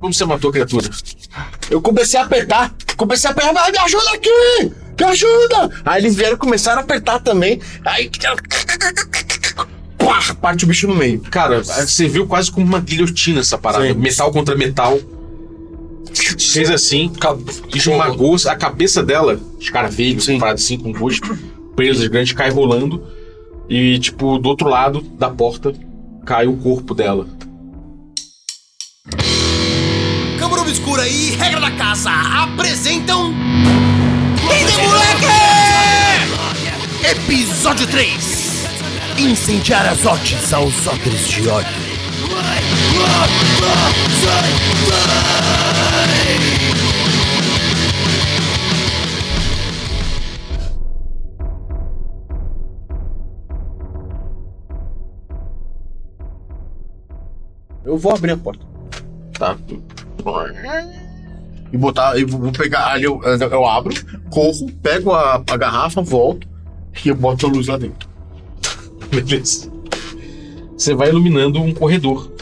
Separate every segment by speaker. Speaker 1: Como você matou a criatura?
Speaker 2: Eu comecei a apertar, comecei a apertar, "Ah, me ajuda aqui! Me ajuda! Aí eles vieram e começaram a apertar também. Aí. Pá, parte o bicho no meio.
Speaker 1: Cara, você viu quase como uma guilhotina essa parada.
Speaker 2: Sim.
Speaker 1: Metal contra metal. Fez assim, ca- esmagou a cabeça dela, escaravelho,
Speaker 2: Sim.
Speaker 1: parada assim, com duas presas grandes, cai rolando. E, tipo, do outro lado da porta cai o corpo dela.
Speaker 3: Câmara Obscura e Regra da Casa apresentam. Eita, moleque! Episódio 3: Incendiar as otes aos odres de ódio.
Speaker 2: Eu vou abrir a porta.
Speaker 1: Tá.
Speaker 2: E botar. Eu vou pegar. Ali eu, eu abro, corro, pego a, a garrafa, volto e eu boto a luz lá dentro.
Speaker 1: Beleza. Você vai iluminando um corredor.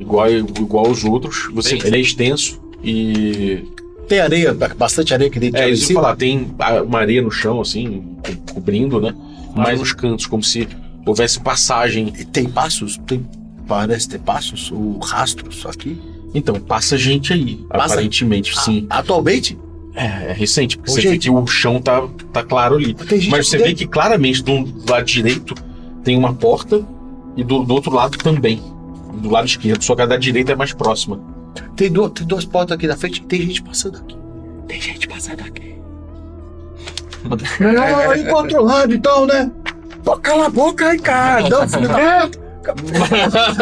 Speaker 1: Igual, igual aos outros. Você,
Speaker 2: Bem-
Speaker 1: ele é extenso e
Speaker 2: Tem areia, ba- bastante areia que dentro
Speaker 1: É, isso que eu ia falar, tem a- uma areia no chão, assim, co- cobrindo, né? Mas nos cantos, como se houvesse passagem.
Speaker 2: Tem passos? Tem. Parece ter passos ou rastros aqui.
Speaker 1: Então, passa Ah. gente aí,
Speaker 2: Passa?
Speaker 1: aparentemente, sim.
Speaker 2: A- atualmente,
Speaker 1: É, é recente, porque
Speaker 2: Ô,
Speaker 1: você vê
Speaker 2: gente.
Speaker 1: que o chão tá, tá claro ali.
Speaker 2: tem gente.
Speaker 1: Mas você
Speaker 2: aqui
Speaker 1: vê que claramente do lado direito tem uma porta e do, do outro lado também. Do lado esquerdo, só que a da direita é mais próxima.
Speaker 2: Tem, du- tem duas portas aqui na frente que tem gente passando aqui. Tem gente passando aqui. Melhor ir pro outro lado então, né? Pô, cala a boca aí, cara. Não, filho da...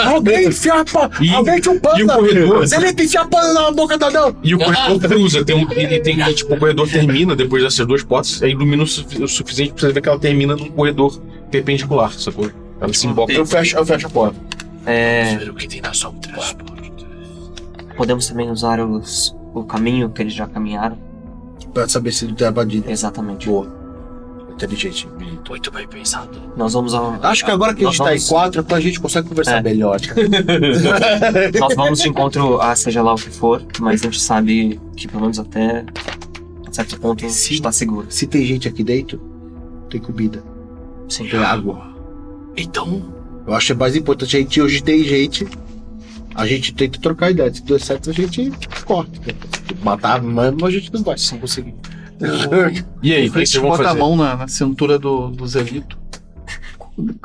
Speaker 2: Alguém enfia a pa...
Speaker 1: E-
Speaker 2: Alguém tinha um
Speaker 1: e o
Speaker 2: pano na
Speaker 1: corredor?
Speaker 2: Você nem enfia pano na boca tá da não.
Speaker 1: E o corredor cruza, tem um, ele tem, tipo, o corredor termina depois dessas duas portas, aí ilumina o, sufi- o suficiente pra você ver que ela termina num corredor perpendicular, sacou? Ela se emboca.
Speaker 2: Eu fecho, eu fecho a porta.
Speaker 4: É,
Speaker 2: o que tem na sala de transporte.
Speaker 4: podemos também usar os, o caminho que eles já caminharam.
Speaker 2: Pra saber se ele tem a bandida.
Speaker 4: Exatamente.
Speaker 2: Boa. Inteligente. Muito bem pensado.
Speaker 4: Nós vamos ao,
Speaker 2: Acho que agora que a gente tá em quatro, então a gente consegue conversar
Speaker 4: É.
Speaker 2: melhor.
Speaker 4: quatro. Nós vamos de encontro a seja lá o que for, mas a gente sabe que pelo menos até certo ponto a gente tá seguro.
Speaker 2: Se tem gente aqui dentro, tem comida.
Speaker 4: Sim.
Speaker 2: Tem água. Então. Eu acho que é mais importante. A gente hoje tem gente. A gente tenta trocar ideia. Se der certo, a gente corta. Matar mesmo, a gente não vai
Speaker 4: Sim.
Speaker 2: conseguir.
Speaker 1: E aí, o que
Speaker 5: Ele
Speaker 1: vocês
Speaker 5: te
Speaker 1: vão
Speaker 5: bota a
Speaker 1: fazer?
Speaker 5: mão na, na cintura do, do Zelito.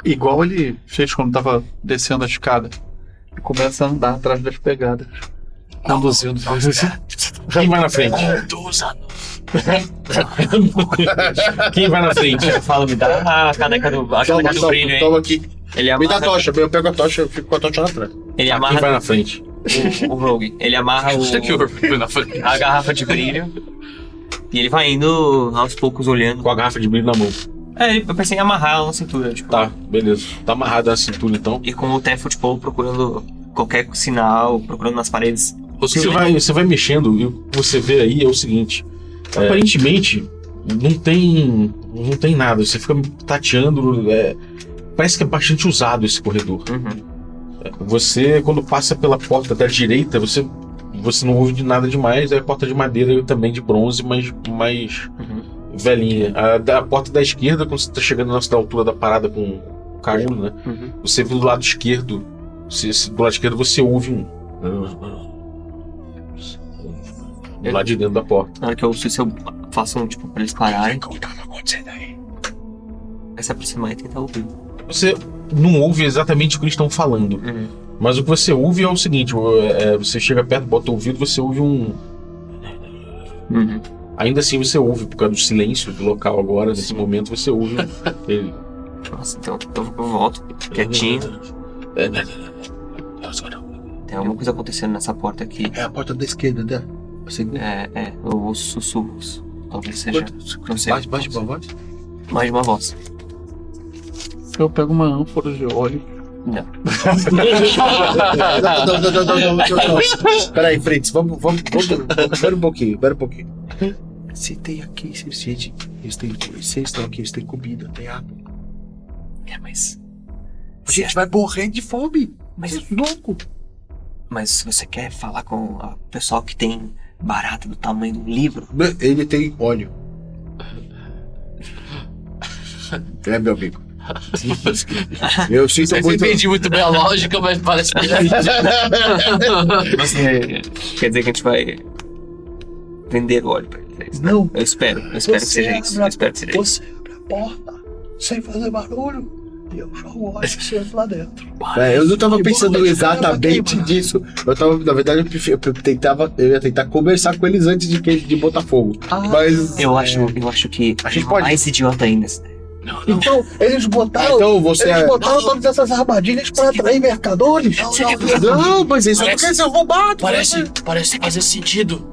Speaker 5: Igual ele fez quando tava descendo a escada. E começa a andar atrás das pegadas. Conduzindo.
Speaker 1: Quem vai na frente? Quem vai na frente?
Speaker 4: Eu falo, me dá a caneca do, a
Speaker 2: Toma,
Speaker 4: caneca do
Speaker 2: toma,
Speaker 4: brilho, hein?
Speaker 2: toma aqui.
Speaker 4: Ele
Speaker 2: Me dá
Speaker 4: amarra,
Speaker 2: a tocha. Eu pego a tocha, eu fico com a tocha lá atrás.
Speaker 4: ele
Speaker 1: Quem vai
Speaker 4: amarra
Speaker 1: na frente?
Speaker 4: o, o Rogue. Ele amarra o, a garrafa de brilho. E ele vai indo aos poucos olhando.
Speaker 1: Com a garrafa de brilho na mão.
Speaker 4: É, eu pensei em amarrar ela na cintura, tipo.
Speaker 1: Tá, beleza. Tá amarrado na cintura então.
Speaker 4: E com o Tefo, tipo, procurando qualquer sinal, procurando nas paredes.
Speaker 1: Você vai, você vai mexendo e o que você vê aí é o seguinte. é, Aparentemente, não tem. não tem nada. Você fica tateando. é, parece que é bastante usado esse corredor.
Speaker 4: Uhum.
Speaker 1: Você, quando passa pela porta da direita, você, você não ouve de nada demais. Aí a porta de madeira e também de bronze, mas mais
Speaker 4: Uhum.
Speaker 1: velhinha. A, da porta da esquerda, quando você tá chegando na altura da parada com o cajolo, né?
Speaker 4: Uhum.
Speaker 1: Você vê do lado esquerdo. se- se- do lado esquerdo você ouve um. Lá de dentro da porta.
Speaker 4: Na hora que eu ouço isso, eu faço um, tipo, pra eles pararem. Aí se aproximar e tentar ouvir.
Speaker 1: Você não ouve exatamente o que eles estão falando.
Speaker 4: Uhum.
Speaker 1: Mas o que você ouve é o seguinte: o- é, você chega perto, bota o ouvido, você ouve um.
Speaker 4: Uhum.
Speaker 1: Ainda assim você ouve, por causa do silêncio do local agora, nesse
Speaker 4: Sim.
Speaker 1: momento, você ouve um- ele.
Speaker 4: Nossa, então então eu volto, quietinho. Tem alguma coisa acontecendo nessa porta aqui.
Speaker 2: É a porta da esquerda, né? Você
Speaker 4: É, é, eu ouço sussurros. Talvez seja. Não sei.
Speaker 2: Baixa, baixa pra voz.
Speaker 4: Mais de uma voz.
Speaker 5: Eu pego uma ânfora de óleo.
Speaker 2: Não, não, não, não, não, não, não. Peraí, Fritz, vamos, vamos, vamos, vamos, espera um pouquinho, espera um pouquinho. Se tem aqui, se gente, eles têm, se eles estão aqui, eles têm comida, tem água.
Speaker 4: É, mas.
Speaker 2: A gente vai morrer de fome.
Speaker 4: Mas-
Speaker 2: Mas louco.
Speaker 4: Mas se você quer falar com o pessoal que tem barata do tamanho de um livro,
Speaker 2: Ele tem óleo. É, meu amigo. Eu sinto
Speaker 6: Não sei se eu
Speaker 2: muito.
Speaker 6: entendi muito bem a lógica, mas parece que
Speaker 5: é,
Speaker 4: você quer dizer que a gente vai vender o óleo pra ele. é isso, né?
Speaker 2: Não.
Speaker 4: Eu espero, eu espero que
Speaker 2: Você
Speaker 4: seja isso.
Speaker 2: abre a-
Speaker 4: Eu espero que seja isso.
Speaker 2: Você abre a porta sem fazer barulho. E eu jogo óleo sempre lá dentro. É, eu não tava
Speaker 6: Que
Speaker 2: pensando
Speaker 6: bom,
Speaker 2: exatamente
Speaker 6: mano.
Speaker 2: disso. Eu tava, na verdade, eu, pref- eu pre- tentava, eu ia tentar conversar com eles antes de, que, de botar fogo. Mas.
Speaker 4: Eu acho, eu acho que
Speaker 2: A gente
Speaker 4: é
Speaker 2: pode-
Speaker 4: mais idiota ainda.
Speaker 7: Então, eles botaram,
Speaker 2: Então você.
Speaker 7: eles botaram todas essas armadilhas para atrair mercadores?
Speaker 2: Não, mas isso é
Speaker 6: Parece-
Speaker 2: ser roubado.
Speaker 6: Parece, parece fazer sentido.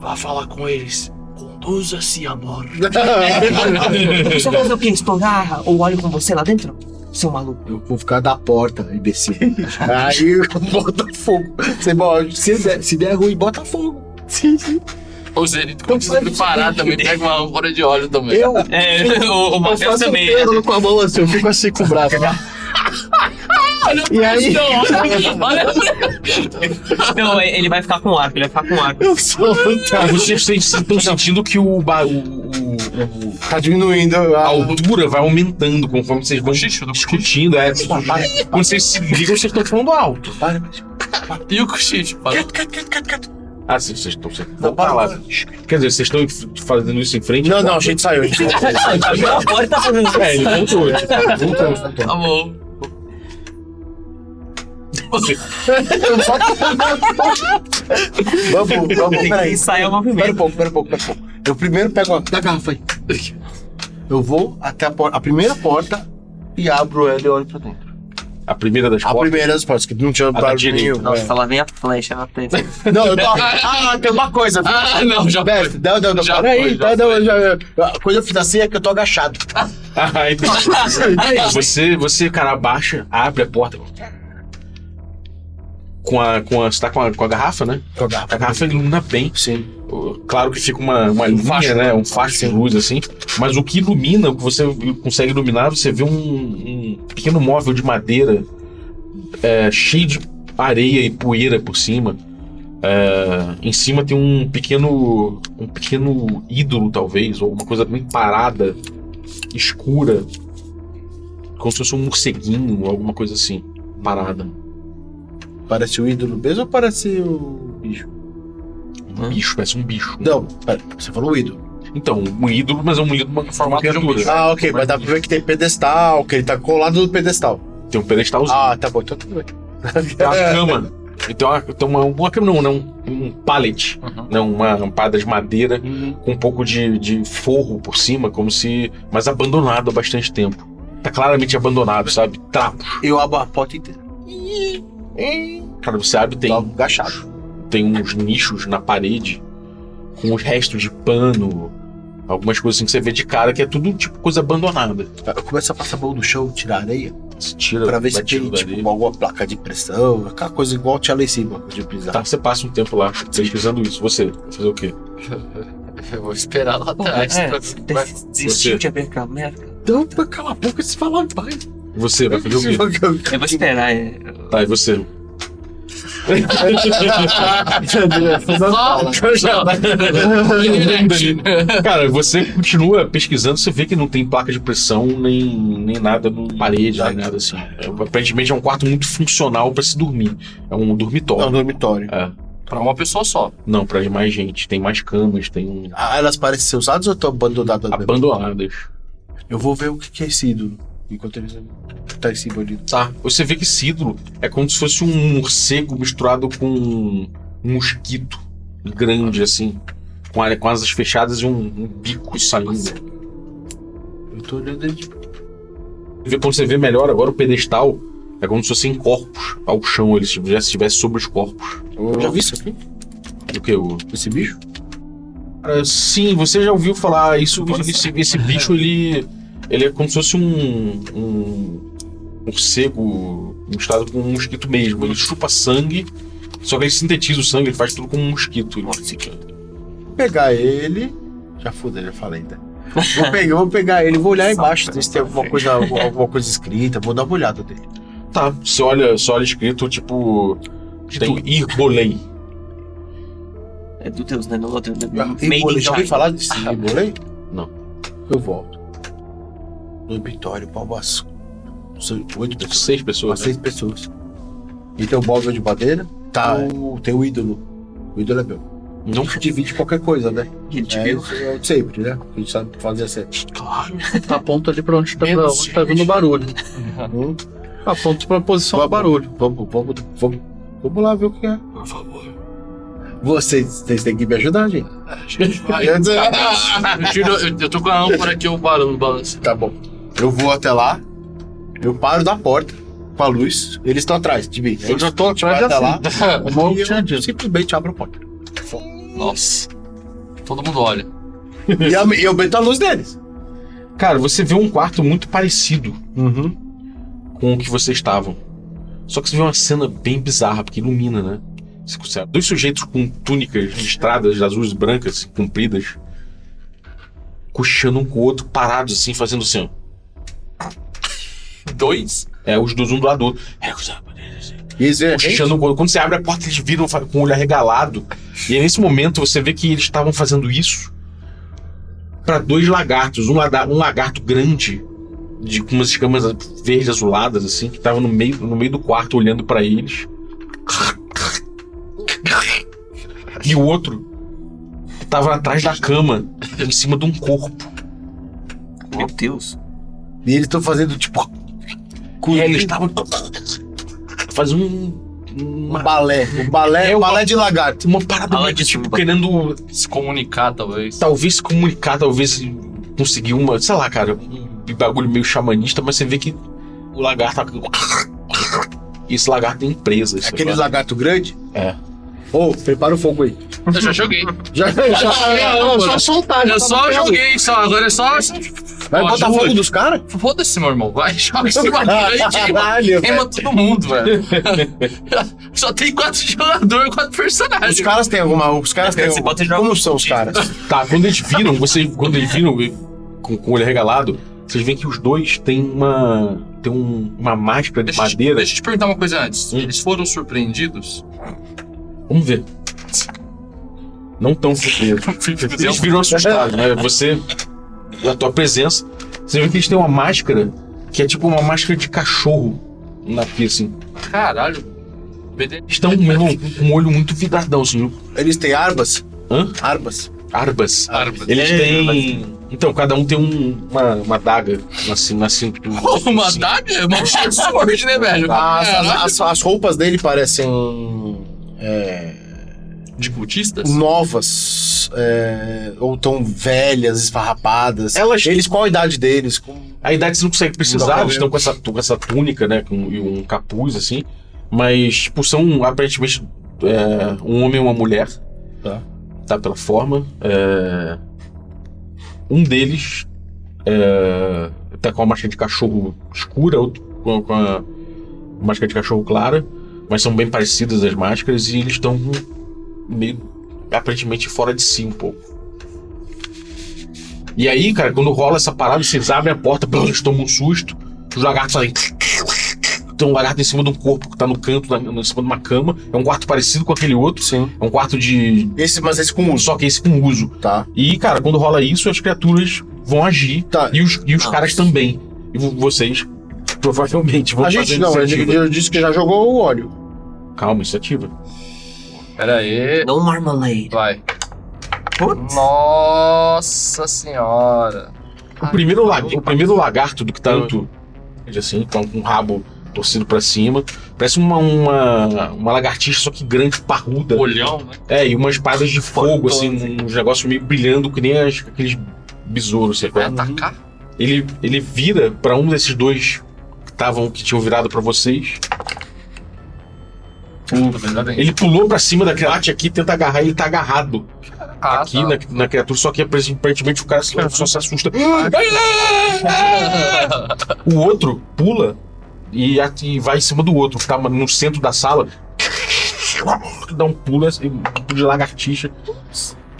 Speaker 6: Vá falar com eles. Conduza-se, amor.
Speaker 4: Você vai fazer o quê? Explorar o óleo com você lá dentro? Seu maluco.
Speaker 2: Eu vou ficar da porta, imbecil. Aí bota fogo. Você, bota- se, der, se der ruim, bota fogo.
Speaker 6: Ou seja, ele
Speaker 3: Então,
Speaker 6: precisa preparar também. Pega uma âncora de óleo também.
Speaker 2: Eu,
Speaker 4: É, o, o Matheus também.
Speaker 5: Eu com a mão assim, eu fico assim com o braço.
Speaker 2: Tá, e aí,
Speaker 4: Não, é, ele vai ficar com o arco, ele vai ficar com o arco.
Speaker 2: eu sou
Speaker 1: Cara,
Speaker 2: fantástico.
Speaker 1: vocês estão sentindo que o, ba- o- o- o-
Speaker 2: Tá diminuindo
Speaker 1: a
Speaker 2: a
Speaker 1: altura vai aumentando conforme vocês vão discutindo. É, quando vocês se ligam, vocês estão falando alto.
Speaker 6: E o cochicho? Para.
Speaker 1: Ah, vocês vocês estão vocês vão pra lá. Quer dizer, vocês estão fazendo isso em frente?
Speaker 2: Não, não, a gente saiu. a gente saiu.
Speaker 4: Agora tá fazendo isso.
Speaker 1: É, ele voltou. ele voltou.
Speaker 6: Tá bom.
Speaker 2: Vamos, vamos,
Speaker 4: Tem que
Speaker 2: peraí.
Speaker 4: ensaiar o
Speaker 2: Pera
Speaker 4: movimento.
Speaker 2: um pouco, pera um pouco, pera um pouco. Eu primeiro pego a da garrafa aí. Eu vou até a, por- a primeira porta e abro ela e olho pra dentro.
Speaker 1: A primeira das
Speaker 2: A
Speaker 1: portas.
Speaker 2: primeira das portas, que não tinha
Speaker 1: da
Speaker 2: barulho
Speaker 1: direita.
Speaker 2: nenhum.
Speaker 4: Nossa, lá vem a flecha na testa.
Speaker 2: é. Não, eu tô... Ah, tem uma coisa.
Speaker 6: Ah, não, já foi.
Speaker 2: Beto, não, não, não,
Speaker 6: Já
Speaker 2: para
Speaker 6: foi,
Speaker 2: aí.
Speaker 6: já
Speaker 2: tá, não, já- já- Quando eu fiz assim é que eu tô agachado.
Speaker 1: Ah, entendi. você, você, cara, abaixa, abre a porta. Com a, com a, você tá com a, com a garrafa, né?
Speaker 2: Com a garrafa.
Speaker 1: A garrafa ilumina bem.
Speaker 2: Sim.
Speaker 1: Uh, Claro que fica uma, uma linha,
Speaker 2: facho,
Speaker 1: né? Um facho de luz, assim. Mas o que ilumina, o que você consegue iluminar, você vê um, um pequeno móvel de madeira é, cheio de areia e poeira por cima. É, em cima tem um pequeno. um pequeno ídolo, talvez, ou alguma coisa bem parada, escura. Como se fosse um morceguinho, alguma coisa assim, parada.
Speaker 2: Parece o ídolo mesmo ou parece o bicho?
Speaker 1: Um bicho, parece um bicho.
Speaker 2: Não, pera, você falou o ídolo.
Speaker 1: Então, um ídolo, mas é um ídolo com formato de um bicho.
Speaker 2: Ah, ok, mas dá pra ver que tem pedestal, que ele tá colado no pedestal.
Speaker 1: Tem um pedestalzinho.
Speaker 2: Ah, é. tá bom, então tudo bem.
Speaker 1: Tem uma cama. E Tem uma, tem uma, uma cama, não, não. Um pallet.
Speaker 2: Uhum.
Speaker 1: Né, uma rampada de madeira com um pouco de, de forro por cima, como se. Mas abandonado há bastante tempo. Tá claramente abandonado, sabe? Trapos.
Speaker 2: Eu abro a porta inteira.
Speaker 1: Cara, você abre, tem,
Speaker 2: Tô tá agachado.
Speaker 1: tem uns nichos na parede com os restos de pano. Algumas coisas assim que você vê de cara, que é tudo tipo coisa abandonada.
Speaker 2: Eu começo a passar a mão no chão, tirar a areia,
Speaker 1: Você tira,
Speaker 2: pra ver se
Speaker 1: vai
Speaker 2: tem,
Speaker 1: tirando
Speaker 2: tipo,
Speaker 1: ali.
Speaker 2: alguma placa de pressão, aquela coisa igual tinha lá em cima, de pisar.
Speaker 1: Tá, você passa um tempo lá pesquisando isso. Você, vai fazer o quê?
Speaker 6: Eu vou esperar lá atrás.
Speaker 4: É,
Speaker 6: pra- vai-
Speaker 4: des- desistiu de abrir a merda.
Speaker 2: Então, cala a boca, se fala mais.
Speaker 1: Você vai fazer o quê?
Speaker 4: Eu vou esperar. é.
Speaker 1: Tá, e você? Cara, você continua pesquisando, você vê que não tem placa de pressão nem, nem nada no parede, nem nada assim. É, aparentemente é um quarto muito funcional pra se dormir. É um
Speaker 2: É um
Speaker 1: dormitório.
Speaker 2: dormitório.
Speaker 1: É.
Speaker 6: Pra uma pessoa só.
Speaker 1: Não, pra mais gente. Tem mais camas, tem um-
Speaker 2: Ah, elas parecem ser usadas ou estão abandonadas mesmo?
Speaker 1: abandonadas.
Speaker 2: Eu vou ver o que que é esse ídolo, enquanto eles... Tá esse bandido.
Speaker 1: Tá. Você vê que esse ídolo é como se fosse um morcego misturado com um mosquito grande, assim. Com, a- com asas fechadas e um, um bico saindo.
Speaker 2: Eu tô olhando ele tipo, de...
Speaker 1: Vê- Quando você vê melhor agora, o pedestal é como se fossem corpos ao chão, ele já estivesse sobre os corpos.
Speaker 2: Eu já vi isso aqui?
Speaker 1: O que? O...
Speaker 2: Esse bicho?
Speaker 1: Cara, sim, você já ouviu falar isso. Esse, esse bicho, ele, ele é como se fosse um, um morcego misturado com um mosquito mesmo. Ele chupa sangue, só que ele sintetiza o sangue, ele faz tudo com um mosquito. Ele-
Speaker 2: Vou pegar ele... Já fudeu, já falei ainda. Vou pegar, vou pegar ele, vou olhar embaixo, ver se tem alguma coisa, alguma coisa escrita, vou dar uma olhada dele.
Speaker 1: Tá, você olha, você olha escrito tipo Tem Irbolei.
Speaker 4: É do Deus, né? Não é do Deus. né?
Speaker 2: Ribolei, já ouviu
Speaker 4: China.
Speaker 2: falar desse Ribolei?
Speaker 1: Não.
Speaker 2: Eu volto. No Vitório, palmas. São oito pessoas.
Speaker 1: Seis pessoas. né?
Speaker 2: Umas seis pessoas. E tem o móvel de madeira.
Speaker 1: Tá.
Speaker 2: O, tem o ídolo. O ídolo é meu.
Speaker 1: Não.
Speaker 2: Divide qualquer coisa, né?
Speaker 4: Ele te
Speaker 2: É,
Speaker 4: viu?
Speaker 2: isso é o de sempre, né? A gente sabe fazer certo.
Speaker 6: Claro.
Speaker 5: Aponta ali pra onde tá, pra
Speaker 6: Menos
Speaker 5: onde tá vindo o barulho.
Speaker 2: Hum.
Speaker 5: Aponta pra posição do barulho.
Speaker 2: Vamos, vamos, vamos. Vamos lá ver o que é.
Speaker 6: Por favor.
Speaker 2: Vocês, vocês têm que me ajudar, gente.
Speaker 6: A gente vai. Eu, tiro, eu, eu tô com a âncora aqui, o barulho balança.
Speaker 2: Tá bom. Eu vou até lá. Eu paro da porta com a luz. Eles estão atrás de mim. Eu já tô atrás
Speaker 5: assim,
Speaker 2: até lá.
Speaker 5: O Morro
Speaker 2: E eu
Speaker 5: é tinha dito.
Speaker 2: simplesmente abro a porta.
Speaker 6: Nossa. Todo mundo olha.
Speaker 2: E eu, eu meto a luz deles.
Speaker 1: Cara, você vê um quarto muito parecido com o que vocês estavam. Só que você vê uma cena bem bizarra, porque ilumina, né? Você consegue- Dois sujeitos com túnicas listradas, azuis e brancas, compridas, coxando um com o outro, parados assim, fazendo assim, ó.
Speaker 6: Dois?
Speaker 1: É, os dois um do lado do outro.
Speaker 2: E eles veem a gente.
Speaker 1: Coxando um com o outro. Quando você abre a porta, eles viram fa- com o olho arregalado. E aí, nesse momento, você vê que eles estavam fazendo isso para dois lagartos. Um, lada- um lagarto grande, de, com umas escamas verdes azuladas, assim, que tava no meio, no meio do quarto olhando para eles. E o outro tava atrás da cama, em cima de um corpo.
Speaker 4: Meu Deus.
Speaker 2: E eles estão fazendo tipo
Speaker 1: E aí eles estavam fazendo um.
Speaker 2: um
Speaker 1: Uma,
Speaker 2: balé. Um balé,
Speaker 1: É
Speaker 2: um
Speaker 1: o-
Speaker 2: balé de lagarto.
Speaker 1: uma parada meio que, tipo, querendo
Speaker 6: Se comunicar, talvez.
Speaker 1: talvez se comunicar, talvez conseguir uma, sei lá, cara, um bagulho meio xamanista, mas você vê que o lagarto. E esse lagarto tem empresa. sei
Speaker 2: Aquele
Speaker 1: lá.
Speaker 2: lagarto grande.
Speaker 1: É.
Speaker 2: Ô, prepara o fogo aí.
Speaker 6: Eu já joguei.
Speaker 2: Já, já,
Speaker 6: Ah,
Speaker 8: Ah,
Speaker 6: eu só
Speaker 2: soltar,
Speaker 6: Eu só joguei, só. Agora é só.
Speaker 2: Vai
Speaker 6: Ó,
Speaker 2: botar
Speaker 6: ajuda.
Speaker 2: fogo dos caras?
Speaker 6: Foda-se, meu irmão. Vai, joga esse bagulho aí, queima.
Speaker 2: Caralho, velho.
Speaker 6: Queima todo mundo, velho. Só tem quatro jogadores, quatro
Speaker 8: É.
Speaker 6: personagens.
Speaker 2: Os caras têm alguma. Os caras têm.
Speaker 4: Você bota e joga
Speaker 2: Como são os caras?
Speaker 1: Tá, quando eles viram, vocês. Quando eles viram com, com o olho regalado, vocês veem que os dois têm uma. tem um- uma máscara de
Speaker 6: Deixa eu te-
Speaker 1: madeira.
Speaker 6: Deixa eu te perguntar uma coisa antes.
Speaker 1: Hum.
Speaker 6: Eles foram surpreendidos?
Speaker 1: Vamos ver. Não tão surpreso.
Speaker 6: um
Speaker 1: Eles viram assustados, né? Você, a tua presença, você vê que eles têm uma máscara que é tipo uma máscara de cachorro na pia, assim.
Speaker 6: Caralho. BD.
Speaker 1: Estão meu irmão, com um olho muito vidadão, assim.
Speaker 2: Eles têm arbas?
Speaker 1: Hã?
Speaker 2: Arbas.
Speaker 1: Arbas.
Speaker 6: Arma.
Speaker 1: Eles têm. Então, cada um tem um- uma, uma assim, daga na, cin- na cintura.
Speaker 6: Uma
Speaker 1: assim.
Speaker 6: daga? É uma short sword, né, velho?
Speaker 2: Ah, As,
Speaker 8: É,
Speaker 2: as-
Speaker 6: Caralho.
Speaker 2: as- as roupas dele parecem é,
Speaker 6: De cultistas?
Speaker 2: novas. é, ou tão velhas, esfarrapadas.
Speaker 1: Elas-
Speaker 2: Eles, qual a idade deles? Com-
Speaker 1: A idade você não consegue
Speaker 2: Não dá
Speaker 1: precisar,
Speaker 2: pra
Speaker 1: eles
Speaker 2: ver.
Speaker 1: estão com essa, tu- com essa túnica, né? Com, e um capuz, assim. Mas, tipo, são aparentemente é, um homem e uma mulher.
Speaker 2: Tá.
Speaker 1: Tá pela forma. É, um deles é, tá com uma máscara de cachorro escura, outro com, com a máscara de cachorro clara. Mas são bem parecidas as máscaras e eles estão meio aparentemente fora de si um pouco. E aí, cara, quando rola essa parada, vocês abrem a porta, blum, eles tomam um susto, os lagartos fazem. Tem um lagarto em cima de um corpo que tá no canto, na, em cima de uma cama. É um quarto parecido com aquele outro.
Speaker 2: Sim.
Speaker 1: É um quarto de.
Speaker 2: Esse, mas esse com uso.
Speaker 1: Só que esse com uso.
Speaker 2: Tá.
Speaker 1: E, cara, quando rola isso, as criaturas vão agir.
Speaker 2: Tá.
Speaker 1: E os, e os
Speaker 4: Nossa.
Speaker 1: caras também. E vo- vocês provavelmente vão
Speaker 2: A
Speaker 1: fazer
Speaker 2: gente não, a gente
Speaker 1: iniciativa.
Speaker 2: eu disse que já jogou o óleo.
Speaker 1: Calma, é iniciativa.
Speaker 6: Pera aí.
Speaker 4: Não marmalade.
Speaker 6: Vai.
Speaker 4: Putz.
Speaker 6: Nossa senhora.
Speaker 1: O primeiro, lag- o primeiro lagarto do que tá tanto, assim, com um rabo torcido pra cima. Parece uma, uma, uma lagartixa, só que grande, parruda.
Speaker 6: Olhão, né?
Speaker 1: É, e umas espadas de fogo, assim, uns negócios meio brilhando, que nem as- aqueles besouros, sei
Speaker 6: Vai
Speaker 2: um
Speaker 1: lá.
Speaker 6: atacar?
Speaker 1: Ele, ele vira pra um desses dois que estavam, que tinham virado pra vocês.
Speaker 6: Ainda bem.
Speaker 1: Ele pulou pra cima da criatura aqui, tenta agarrar, ele tá agarrado
Speaker 6: Ah,
Speaker 1: aqui
Speaker 6: tá.
Speaker 1: na, na criatura, só que aparentemente o cara só, só se assusta.
Speaker 2: né?
Speaker 1: O outro pula e, at- e vai em cima do outro, que tá no centro da sala. Dá um pulo assim, um pulo de lagartixa.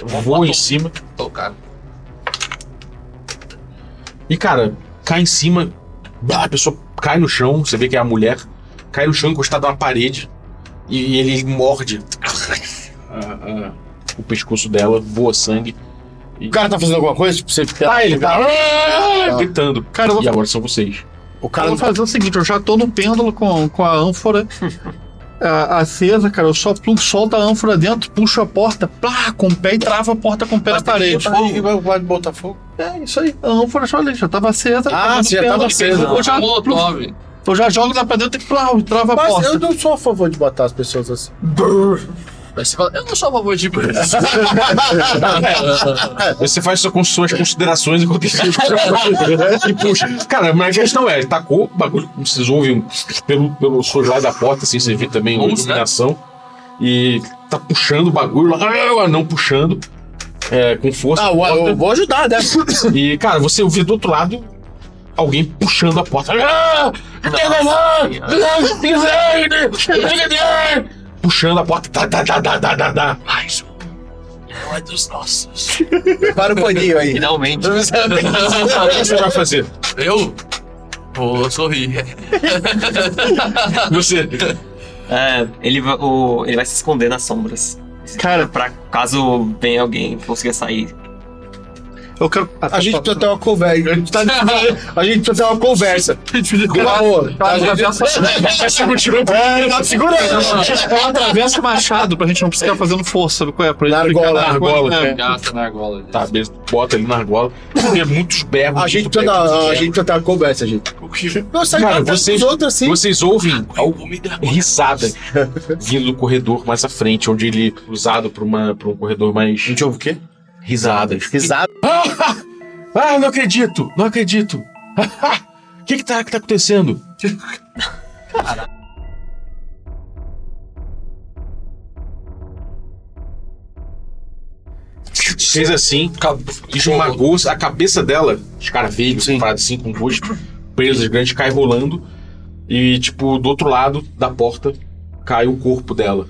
Speaker 1: Voa em cima.
Speaker 6: Ô, cara.
Speaker 1: E, cara, cai em cima. bah, A pessoa cai no chão. Você vê que é a mulher. Cai no chão encostada na parede. E ele morde a- a- o pescoço dela, voa sangue.
Speaker 2: O cara tá fazendo alguma coisa? Tipo, você
Speaker 1: Ah, ele tá ah, gritando.
Speaker 5: Cara, eu vou,
Speaker 1: E agora são vocês.
Speaker 2: O
Speaker 5: Tá, eu
Speaker 2: cara
Speaker 5: vou fazer o seguinte: eu já tô no pêndulo com, com a ânfora a- acesa, cara. Eu só plugo, solto a ânfora dentro, puxo a porta, plá, com o pé e travo a porta com o pé na parede.
Speaker 2: E vai, vai botar fogo?
Speaker 5: É isso aí. A ânfora já, já tava acesa.
Speaker 2: Ah,
Speaker 5: no
Speaker 2: você já
Speaker 5: pêndulo.
Speaker 2: tava acesa.
Speaker 5: Eu já,
Speaker 8: Molotov.
Speaker 5: eu já jogo lá pra dentro e plá, e travo a
Speaker 2: Mas
Speaker 5: porta.
Speaker 2: eu não sou a favor de botar as pessoas assim.
Speaker 8: Aí você fala, eu não sou a favor de Bruce.
Speaker 1: Você faz só com suas considerações enquanto isso E puxa. Cara, mas a questão é, ele tacou o bagulho, vocês ouvem pelo, pelo solar da porta, assim, você vê também uma
Speaker 8: Vamos, né?
Speaker 1: iluminação. E tá puxando o bagulho, lá, o anão puxando. é, com força.
Speaker 2: Ah, eu, eu vou ajudar, né?
Speaker 1: E, cara, você ouviu do outro lado alguém puxando a porta. Ah! Puxando a porta. Tá, tá, tá, tá, tá, tá, tá.
Speaker 6: Mais um. Não é dos nossos.
Speaker 2: Para o um paninho aí.
Speaker 4: Finalmente.
Speaker 1: O
Speaker 8: Tá,
Speaker 1: que você vai é fazer?
Speaker 8: Eu vou sorrir.
Speaker 1: Você.
Speaker 4: É, ele, va- o- ele vai se esconder nas sombras.
Speaker 5: Cara.
Speaker 4: Pra caso venha alguém consiga sair.
Speaker 5: Eu quero.
Speaker 2: A gente precisa ter uma conversa. A gente, tá- a gente precisa ter uma conversa.
Speaker 5: tá-
Speaker 2: Por favor. A gente- É, tá segurando.
Speaker 5: Ela atravessa o machado pra gente não precisar fazendo força, sabe qual é? Pra ele
Speaker 2: Na
Speaker 5: ficar
Speaker 2: argola,
Speaker 5: na
Speaker 2: na
Speaker 5: argola.
Speaker 1: argola,
Speaker 5: É.
Speaker 8: Gata na argola. dele.
Speaker 1: Tá, beleza. Bota ele na argola. Tem muitos berros.
Speaker 2: A gente
Speaker 1: muito berro, muito
Speaker 2: precisa ter- a
Speaker 1: berro.
Speaker 2: gente precisa ter uma conversa, gente. Não, sai
Speaker 1: Cara,
Speaker 2: matando
Speaker 1: vocês-
Speaker 2: os outros assim.
Speaker 1: Vocês ouvem
Speaker 6: Eu vou me dar
Speaker 1: risada vindo do corredor mais à frente, onde ele é cruzado pra, uma, pra um corredor mais.
Speaker 2: gente ouve o quê?
Speaker 1: Risadas.
Speaker 2: Risada.
Speaker 1: Ah, não acredito! Não acredito! O que, que, tá, que tá acontecendo? Fez assim, ca- esmagou a cabeça dela, escaravelho, parado assim, com o rosto, presas grandes, cai rolando. E, tipo, do outro lado da porta cai o corpo dela.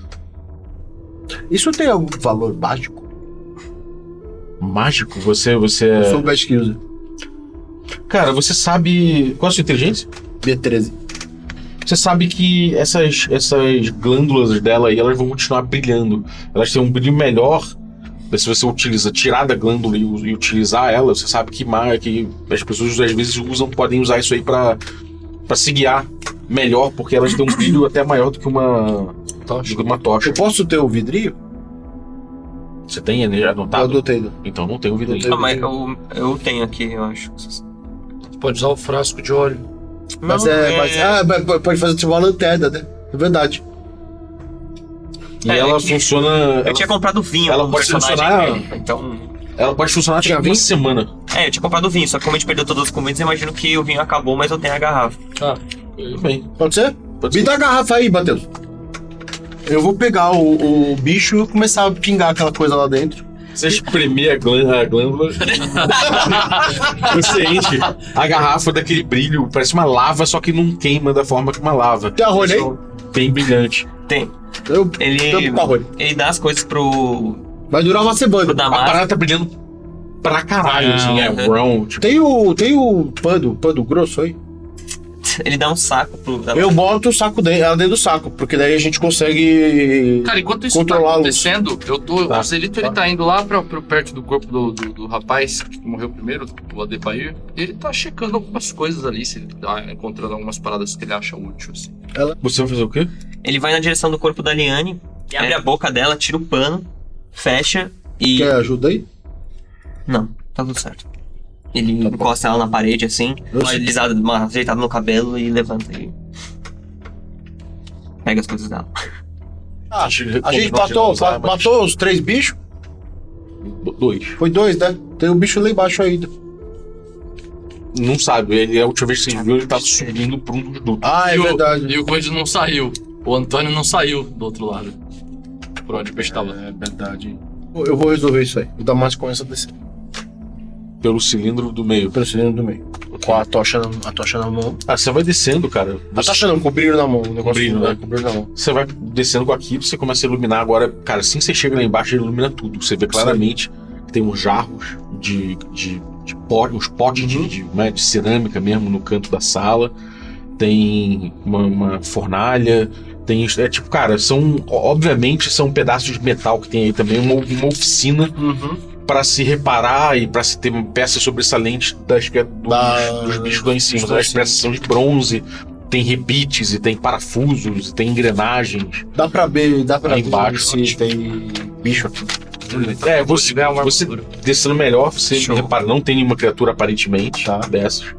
Speaker 2: Isso tem algum valor mágico?
Speaker 1: Mágico, você. você
Speaker 2: Eu
Speaker 1: é-
Speaker 2: sou o Magic User.
Speaker 1: Cara, você sabe. Qual é a sua inteligência?
Speaker 2: B13.
Speaker 1: Você sabe que essas, essas glândulas dela aí, elas vão continuar brilhando. Elas têm um brilho melhor. mas Se você utiliza, tirar da glândula e, u- e utilizar ela, você sabe que, ma- que as pessoas às vezes usam, podem usar isso aí pra pra se guiar melhor, porque elas têm um brilho até maior do que uma
Speaker 2: tá
Speaker 1: do que uma tocha.
Speaker 2: Eu posso ter o vidrinho?
Speaker 1: Você tem ele
Speaker 2: Eu
Speaker 1: anotado?
Speaker 2: adotei. né?
Speaker 1: Então não tem o vidro aí.
Speaker 4: Ah, mas eu, eu tenho aqui, eu acho.
Speaker 8: Pode usar o frasco de óleo.
Speaker 2: Mas
Speaker 4: Não,
Speaker 2: é. Mas, ah, mas p- pode fazer tipo uma lanterna, né? É verdade.
Speaker 1: E
Speaker 4: É,
Speaker 1: ela
Speaker 4: é que-
Speaker 1: funciona.
Speaker 4: Eu
Speaker 1: Ela,
Speaker 4: tinha comprado vinho
Speaker 1: ela
Speaker 4: pro
Speaker 1: pode
Speaker 4: personagem
Speaker 1: funcionar-
Speaker 4: dele, Então.
Speaker 1: ela pode funcionar até
Speaker 2: Tinha
Speaker 1: uma
Speaker 2: visto?
Speaker 1: semana.
Speaker 4: É, eu tinha comprado vinho, só que como a gente perdeu todos os convites, eu imagino que o vinho acabou, mas eu tenho a garrafa.
Speaker 1: Tudo bem.
Speaker 2: Pode ser?
Speaker 1: Pode
Speaker 2: Me dá a garrafa aí, Matheus. Eu vou pegar o, o bicho e começar a pingar aquela coisa lá dentro.
Speaker 1: Você espremer a, glân- a glândula. você enche a garrafa daquele brilho, parece uma lava, só que não queima da forma que uma lava.
Speaker 2: Tem arroz aí?
Speaker 1: Bem brilhante.
Speaker 4: Tem.
Speaker 2: Eu
Speaker 4: Ele,
Speaker 2: tampo com arroz.
Speaker 4: ele dá as coisas pro,
Speaker 2: Vai durar uma
Speaker 4: pro
Speaker 2: semana.
Speaker 1: A
Speaker 4: Damasco.
Speaker 1: parada tá brilhando pra caralho, assim, é
Speaker 4: Uhum.
Speaker 1: brown. Tipo,
Speaker 2: Tem o, tem o pano, pano grosso aí?
Speaker 4: Ele dá um saco pro Damasco.
Speaker 2: Eu boto o saco dentro, ela dentro do saco, porque daí a gente consegue.
Speaker 8: Cara, enquanto isso
Speaker 2: Controlar a
Speaker 8: tá
Speaker 2: luz.
Speaker 8: acontecendo, eu tô.
Speaker 1: Tá.
Speaker 8: O Zelito ele tá indo lá pra, pra perto do corpo do, do, do rapaz que morreu primeiro, o Adebair. E ele tá checando algumas coisas ali, se ele tá encontrando algumas paradas que ele acha útil, assim.
Speaker 1: Você vai fazer o quê?
Speaker 4: Ele vai na direção do corpo da Liane, abre a boca dela, tira o pano, fecha e.
Speaker 2: Quer ajuda aí?
Speaker 4: Não, tá tudo certo. Ele
Speaker 1: Tá
Speaker 4: encosta ela na parede assim, dá uma deslizada, uma ajeitada no cabelo e levanta e. Pega as coisas dela.
Speaker 2: Ah, A gente
Speaker 1: Como nós
Speaker 2: matou,
Speaker 1: vamos usar,
Speaker 2: ma- matou os três bichos?
Speaker 1: mas- Dois.
Speaker 2: Foi dois, né? Tem um bicho lá embaixo ainda.
Speaker 1: Não sabe, ele, a última vez que você viu, ele tava subindo pra um dos dutos.
Speaker 2: Ah, é
Speaker 8: e,
Speaker 2: verdade.
Speaker 8: O, e o Coelho não saiu. O Antônio não saiu do outro lado. Por onde o peixe tava.
Speaker 2: É verdade. Eu- Eu vou resolver isso aí. O Damasco começa a descer.
Speaker 1: Pelo cilindro do meio.
Speaker 2: Pelo cilindro do meio. Com a tocha, na, a tocha na mão.
Speaker 1: Ah, você vai descendo, cara.
Speaker 2: A
Speaker 1: Você,
Speaker 2: tocha não, com o brilho na mão. O negócio
Speaker 1: brilho,
Speaker 2: é,
Speaker 1: né?
Speaker 2: Com o brilho na mão.
Speaker 1: você vai descendo com aquilo, você começa a iluminar agora. Cara, assim que você chega lá embaixo, ele ilumina tudo. Você vê claramente que tem uns jarros de, de, de pó, uns potes de, de, né, de cerâmica mesmo no canto da sala. tem uma, uma fornalha, tem. É tipo, cara, são. Obviamente são pedaços de metal que tem aí também, uma, uma oficina
Speaker 4: Uhum.
Speaker 1: para se reparar e para se ter peças sobressalentes das, que- é dos,
Speaker 2: Da-
Speaker 1: dos bichos lá em cima.
Speaker 2: dos lá em
Speaker 1: As
Speaker 2: cima.
Speaker 1: peças são de bronze, tem rebites e tem parafusos, e tem engrenagens.
Speaker 2: Dá pra ver, dá pra
Speaker 1: Aí
Speaker 2: ver
Speaker 1: embaixo,
Speaker 2: se tem bicho aqui.
Speaker 1: É, você, você descendo melhor, você
Speaker 4: Show.
Speaker 1: repara, não tem nenhuma criatura aparentemente
Speaker 2: Tá.
Speaker 1: dessas.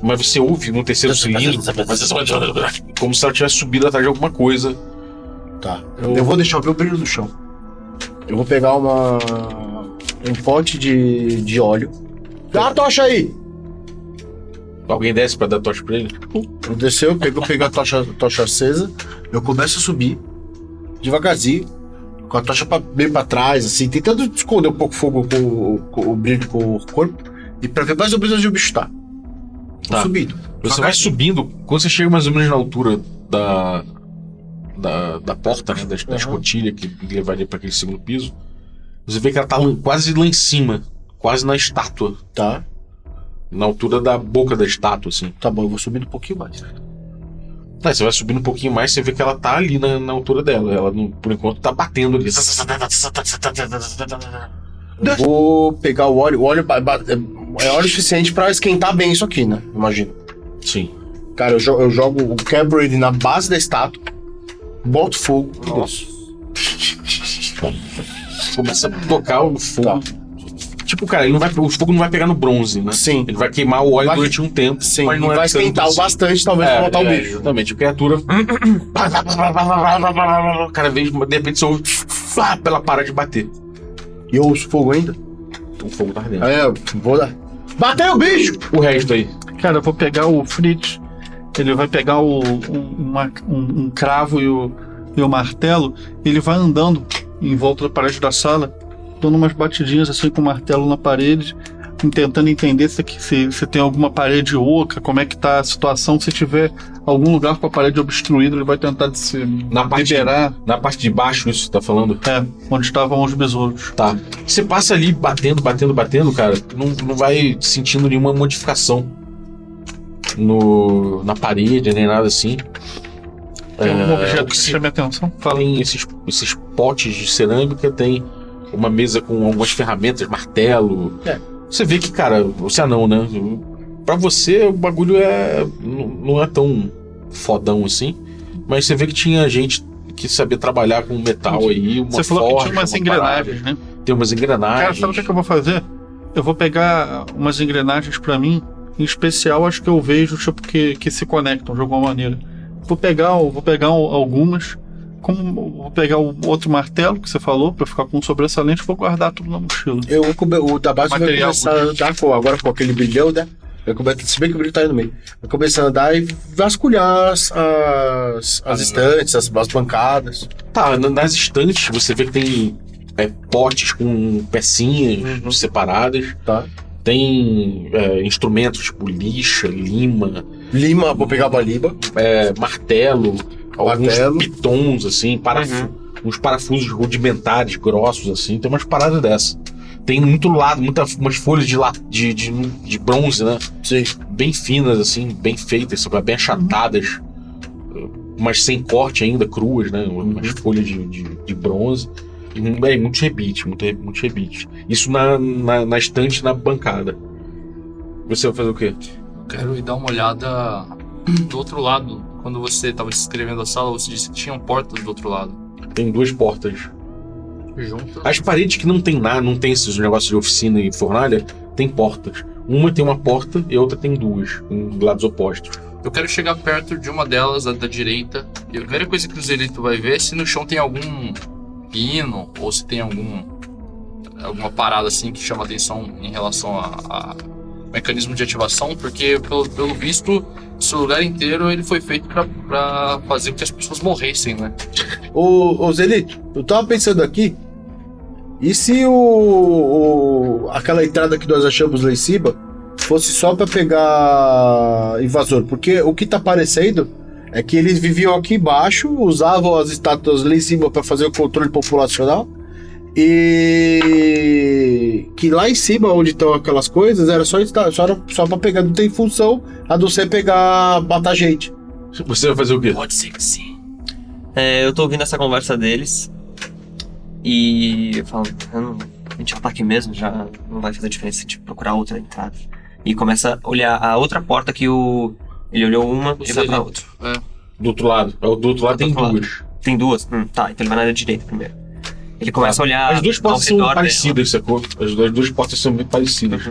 Speaker 1: Mas você ouve no terceiro cilindro como se ela tivesse subido atrás de alguma coisa.
Speaker 2: Tá.
Speaker 1: Eu-
Speaker 2: Eu... vou deixar eu ver o brilho do chão. Eu vou pegar uma. um pote de, de óleo. Dá a tocha aí!
Speaker 1: Alguém desce pra dar tocha pra ele?
Speaker 2: Eu desceu, pegou, pegou a tocha, tocha acesa. Eu começo a subir, devagarzinho, com a tocha pra, meio pra trás, assim, tentando esconder um pouco o fogo com, o- com o brilho com o corpo. E pra ver mais ou menos onde o bicho tá. Vou
Speaker 1: Tá.
Speaker 2: Subindo.
Speaker 1: Você vai subindo, quando você chega mais ou menos na altura da. da, da porta, né? Da, da escotilha que levaria pra aquele segundo piso, você vê que ela tá lá- quase lá em cima, quase na estátua.
Speaker 2: Tá,
Speaker 1: Na altura da boca da estátua, assim.
Speaker 2: tá bom, eu vou subindo um pouquinho mais.
Speaker 1: Tá, você vai subindo um pouquinho mais, você vê que ela tá ali na, na altura dela. Ela, não- por enquanto, tá batendo ali.
Speaker 2: Eu Vou pegar o óleo. O óleo ba- ba- é é óleo suficiente pra esquentar bem isso aqui, né? Imagina.
Speaker 1: Sim.
Speaker 2: Cara, eu, jo- eu jogo o quebro ele na base da estátua, boto fogo.
Speaker 1: Começa a tocar o fogo.
Speaker 2: Tá.
Speaker 1: Tipo, cara, ele não vai, o fogo não vai pegar no bronze, né?
Speaker 2: Sim.
Speaker 1: Ele vai queimar o óleo
Speaker 2: Vai-
Speaker 1: durante um tempo.
Speaker 2: Sim,
Speaker 1: mas não é
Speaker 2: vai
Speaker 1: tanto
Speaker 2: esquentar o
Speaker 1: assim.
Speaker 2: bastante, talvez, pra matar o
Speaker 1: é,
Speaker 2: bicho.
Speaker 1: Exatamente, a criatura. Cada vez, de repente, você ouve. Ela para de bater.
Speaker 2: E eu uso fogo ainda?
Speaker 1: O fogo tá ardendo.
Speaker 2: É, eu vou dar. Bateu o bicho!
Speaker 1: O resto aí.
Speaker 5: Cara, eu vou pegar o Fritz. Ele vai pegar o, um, uma- um- um cravo e o, e o martelo. Ele vai andando em volta da parede da sala, dando umas batidinhas assim com o martelo na parede, tentando entender se, aqui- se, se tem alguma parede oca, como é que tá a situação. Se tiver algum lugar com a parede obstruída, ele vai tentar se
Speaker 1: Na parte,
Speaker 5: liberar
Speaker 1: na parte de baixo, isso que você tá falando?
Speaker 5: é, onde estavam os besouros.
Speaker 1: Tá. Você passa ali batendo, batendo, batendo, cara, não, não vai sentindo nenhuma modificação no, na parede, nem nada assim.
Speaker 5: Tem algum
Speaker 1: É, o
Speaker 5: objeto
Speaker 1: que
Speaker 5: que
Speaker 1: se-
Speaker 5: chame a atenção? Fala.
Speaker 1: Tem esses, esses potes de cerâmica, tem uma mesa com algumas ferramentas, martelo.
Speaker 2: É.
Speaker 1: Você vê que, cara, você é não, né? Pra você o bagulho é. não- não é tão fodão assim. Mas você vê que tinha gente que sabia trabalhar com metal aí, uma
Speaker 5: Você falou que
Speaker 1: forja,
Speaker 5: tinha umas
Speaker 1: uma parada.
Speaker 5: engrenagens, né?
Speaker 1: Tem umas engrenagens.
Speaker 5: Cara, sabe o que, é que eu vou fazer? Eu vou pegar umas engrenagens pra mim, em especial as que eu vejo, tipo, que, que se conectam de alguma maneira. Vou pegar, o- vou pegar o- algumas, como vou pegar o outro martelo que você falou, pra ficar com um sobressalente, vou guardar tudo na mochila.
Speaker 2: Eu vou comer, o da base vai
Speaker 5: Material
Speaker 2: começar a andar com, agora com aquele brilhão, né? Eu começo, se bem que o brilho tá aí no meio. Eu começo a andar e vasculhar as, as, as estantes, as, as bancadas.
Speaker 1: Tá, na- nas estantes você vê que tem é, potes com pecinhas
Speaker 5: Uhum.
Speaker 1: separadas.
Speaker 2: Tá.
Speaker 1: Tem é, instrumentos tipo lixa, lima,
Speaker 2: Lima, vou pegar a baliba.
Speaker 1: é, martelo,
Speaker 2: Martelo.
Speaker 1: alguns pitons, assim, parafu uns parafusos rudimentares, grossos, assim. Tem umas paradas dessa. Tem muito lado, muita, umas folhas de, la- de, de, de bronze, né?
Speaker 2: Sim.
Speaker 1: Bem finas, assim, bem feitas, sabe? bem achatadas. Mas sem corte ainda, cruas, né?
Speaker 2: Uhum.
Speaker 1: Umas folhas de, de, de bronze. E mu- é, muitos rebites, muito, re- muitos rebites. Isso na, na, na estante, na bancada. Você vai fazer o quê?
Speaker 8: Quero ir dar uma olhada do outro lado. Quando você tava escrevendo a sala, você disse que tinham portas do outro lado.
Speaker 1: Tem duas portas.
Speaker 8: Junto.
Speaker 1: As paredes que não tem nada, não tem esses negócios de oficina e fornalha, tem portas. Uma tem uma porta e a outra tem duas, em lados opostos.
Speaker 8: Eu quero chegar perto de uma delas, a da direita. E a primeira coisa que o Zelito vai ver é se no chão tem algum pino ou se tem algum alguma parada assim que chama atenção em relação a, a mecanismo de ativação, porque pelo, pelo visto esse lugar inteiro ele foi feito pra- pra fazer com que as pessoas morressem, né?
Speaker 2: Ô, ô Zelito, eu tava pensando aqui. E se o, o- aquela entrada que nós achamos lá em cima fosse só pra pegar invasor? Porque o que tá parecendo é que eles viviam aqui embaixo, usavam as estátuas lá em cima pra fazer o controle populacional E que lá em cima, onde estão aquelas coisas, era só, insta- só, era- só pra pegar, não tem função a não ser pegar, matar gente.
Speaker 1: Você vai fazer o quê?
Speaker 6: Pode ser que sim.
Speaker 4: É, eu tô ouvindo essa conversa deles e eu falo, "Eu não- a gente já tá aqui mesmo, já não vai fazer diferença de procurar outra entrada. E começa a olhar a outra porta que o. Ele olhou uma e vai pra outra.
Speaker 8: É.
Speaker 1: Do outro lado. É, o Do outro lado
Speaker 4: Do
Speaker 1: tem
Speaker 4: outro lado.
Speaker 1: duas.
Speaker 4: Tem duas? Hum, tá, então ele vai na área direita primeiro. Ele começa a olhar.
Speaker 1: Tá. As duas
Speaker 4: Ah, ao
Speaker 1: portas são
Speaker 4: redor né? Uhum.
Speaker 1: parecidas, sacou? As duas, as duas portas são bem parecidas.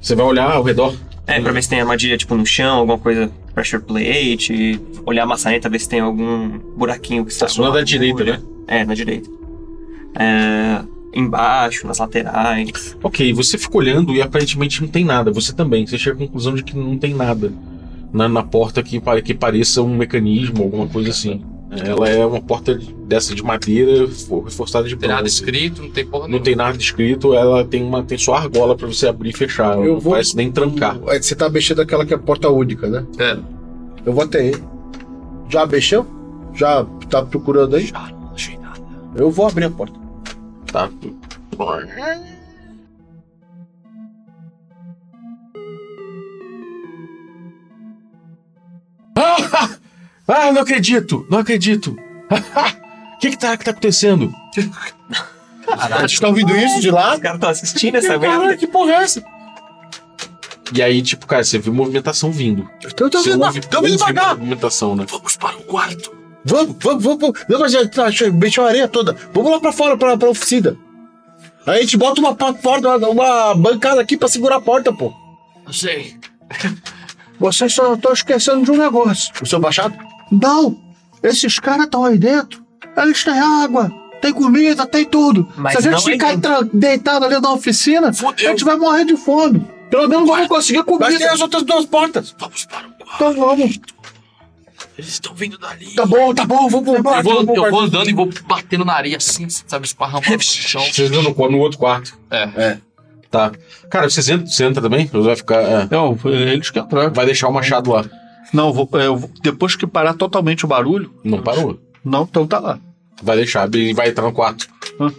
Speaker 1: Você vai olhar ao redor.
Speaker 4: dela. É, pra ver se tem armadilha tipo no chão, alguma coisa, pressure plate, olhar a maçaneta, ver se tem algum buraquinho que está.
Speaker 1: Estaciona da direita, né?
Speaker 4: É, na direita. É, embaixo, nas laterais.
Speaker 1: Ok, você fica olhando e aparentemente não tem nada. Você também. Você chega à conclusão de que não tem nada na, na porta que, pare- que pareça um mecanismo, alguma coisa assim. Ela é uma porta de- dessa de madeira fo- reforçada de
Speaker 8: Não tem nada
Speaker 1: bronze.
Speaker 8: escrito, não tem porra
Speaker 1: Não tem nada escrito, ela tem uma tem só argola pra você abrir e fechar. Ela
Speaker 2: Eu
Speaker 1: não
Speaker 2: vou-
Speaker 1: parece nem trancar.
Speaker 2: É, Você tá mexendo aquela que é porta única, né?
Speaker 8: nenhuma.
Speaker 2: Eu vou até ele. Já mexeu? Já tá procurando aí?
Speaker 6: Já não achei nada.
Speaker 2: Eu vou abrir a porta.
Speaker 1: Tá. Ah, ah, não acredito, não acredito. O que, que, tá, que tá acontecendo?
Speaker 2: A gente tá ouvindo isso de lá?
Speaker 4: Os caras estão assistindo essa merda.
Speaker 1: Caralho, que porra é essa? E aí, tipo, cara, você vê movimentação vindo.
Speaker 2: Então tá
Speaker 1: Você
Speaker 2: ouvindo,
Speaker 1: ouve-
Speaker 2: tá ouvindo
Speaker 1: ouve
Speaker 2: devagar.
Speaker 1: movimentação, né?
Speaker 6: Vamos para o quarto.
Speaker 2: Vamos, vamos, vamos. vamos. Não, mas já tá, che- mexeu a areia toda. Vamos lá pra fora, pra, pra oficina. Aí a gente bota uma pa- porta, uma- uma bancada aqui pra segurar a porta, pô.
Speaker 6: Não sei.
Speaker 2: Vocês só estão esquecendo de um negócio. O seu baixado?
Speaker 5: Não! Esses caras estão aí dentro, eles têm água, tem comida, tem tudo.
Speaker 4: Mas
Speaker 5: Se a
Speaker 4: não
Speaker 5: gente ficar
Speaker 4: entra-
Speaker 5: tra- deitado ali na oficina,
Speaker 6: Fudeu.
Speaker 5: a gente vai morrer de fome. Pelo menos vamos conseguir
Speaker 2: Mas tem
Speaker 5: comida.
Speaker 2: as outras duas portas.
Speaker 6: Vamos para o quarto.
Speaker 5: Então vamos.
Speaker 6: Eles estão vindo dali.
Speaker 2: Tá bom, tá bom, vamos embora.
Speaker 8: Eu vou,
Speaker 2: vamos
Speaker 8: eu
Speaker 2: embora.
Speaker 8: vou andando e vou batendo na areia assim, sabe, esparramando no chão.
Speaker 1: Vocês entram no, qu- no outro quarto.
Speaker 8: É.
Speaker 1: É. Tá. Cara, vocês entram, você entra também? Você vai ficar. é.
Speaker 5: Não, eles que entraram.
Speaker 1: Vai deixar o machado lá.
Speaker 5: Não, vou- é, eu vou- depois que parar totalmente o barulho,
Speaker 1: Não parou.
Speaker 5: não, então tá lá.
Speaker 1: Vai deixar, ele vai entrar no quarto.
Speaker 5: Uhum.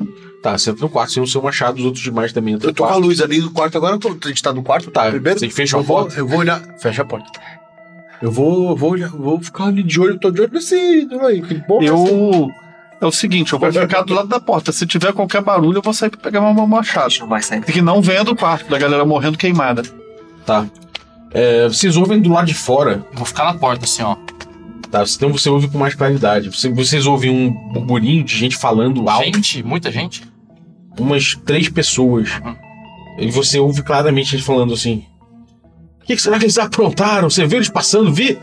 Speaker 1: Tá, você entra no quarto, sem o seu machado, os outros demais também entram
Speaker 2: Eu
Speaker 1: no
Speaker 2: tô com a
Speaker 1: quarto.
Speaker 2: luz ali no quarto agora, eu tô- a gente tá no quarto, tá?
Speaker 1: Tá,
Speaker 2: Primeiro,
Speaker 1: você fecha a
Speaker 2: eu vou-
Speaker 1: porta?
Speaker 2: Eu vou olhar. Fecha a porta. Eu vou, eu vou olhar, eu vou ficar ali de olho, tô de olho nesse ídolo aí. Que bom
Speaker 5: Eu. É o seguinte, eu vou ficar do lado da porta. Se tiver qualquer barulho, eu vou sair pra pegar meu meu
Speaker 4: A
Speaker 5: machado.
Speaker 4: gente não vai sair.
Speaker 5: Que não venha do quarto da galera morrendo queimada.
Speaker 1: Tá. É, vocês ouvem do lado de fora,
Speaker 8: Eu vou ficar na porta assim, ó.
Speaker 1: tá? Então você ouve com mais claridade. Você- vocês ouvem um burburinho de gente falando alto.
Speaker 8: Gente, muita gente.
Speaker 1: umas três pessoas. E você ouve claramente eles falando assim: O que, que será que eles aprontaram? Você viu eles passando? Vi?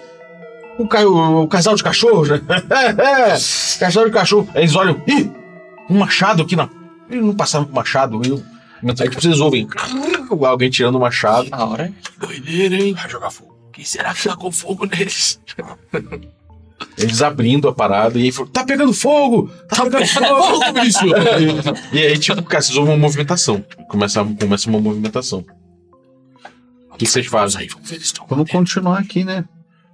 Speaker 1: O, ca- o casal de cachorros, né? casal de cachorro. Aí eles olham: Ih, um machado aqui na. Eles não passaram com machado. Eu... Aí tipo, vocês ouvem alguém tirando o machado.
Speaker 2: Ah,
Speaker 4: Na hora.
Speaker 6: Doideira, hein? Vai jogar fogo. Quem será que tá com fogo neles?
Speaker 1: Eles abrindo a parada e aí falam, tá pegando fogo! Tá pegando fogo, bicho! e aí, tipo, cara, vocês ouvem uma movimentação. Começa, começa uma movimentação. O que vocês
Speaker 6: Vamos
Speaker 1: fazem?
Speaker 6: aí, vamos ver eles estão.
Speaker 5: Vamos continuar aqui, né?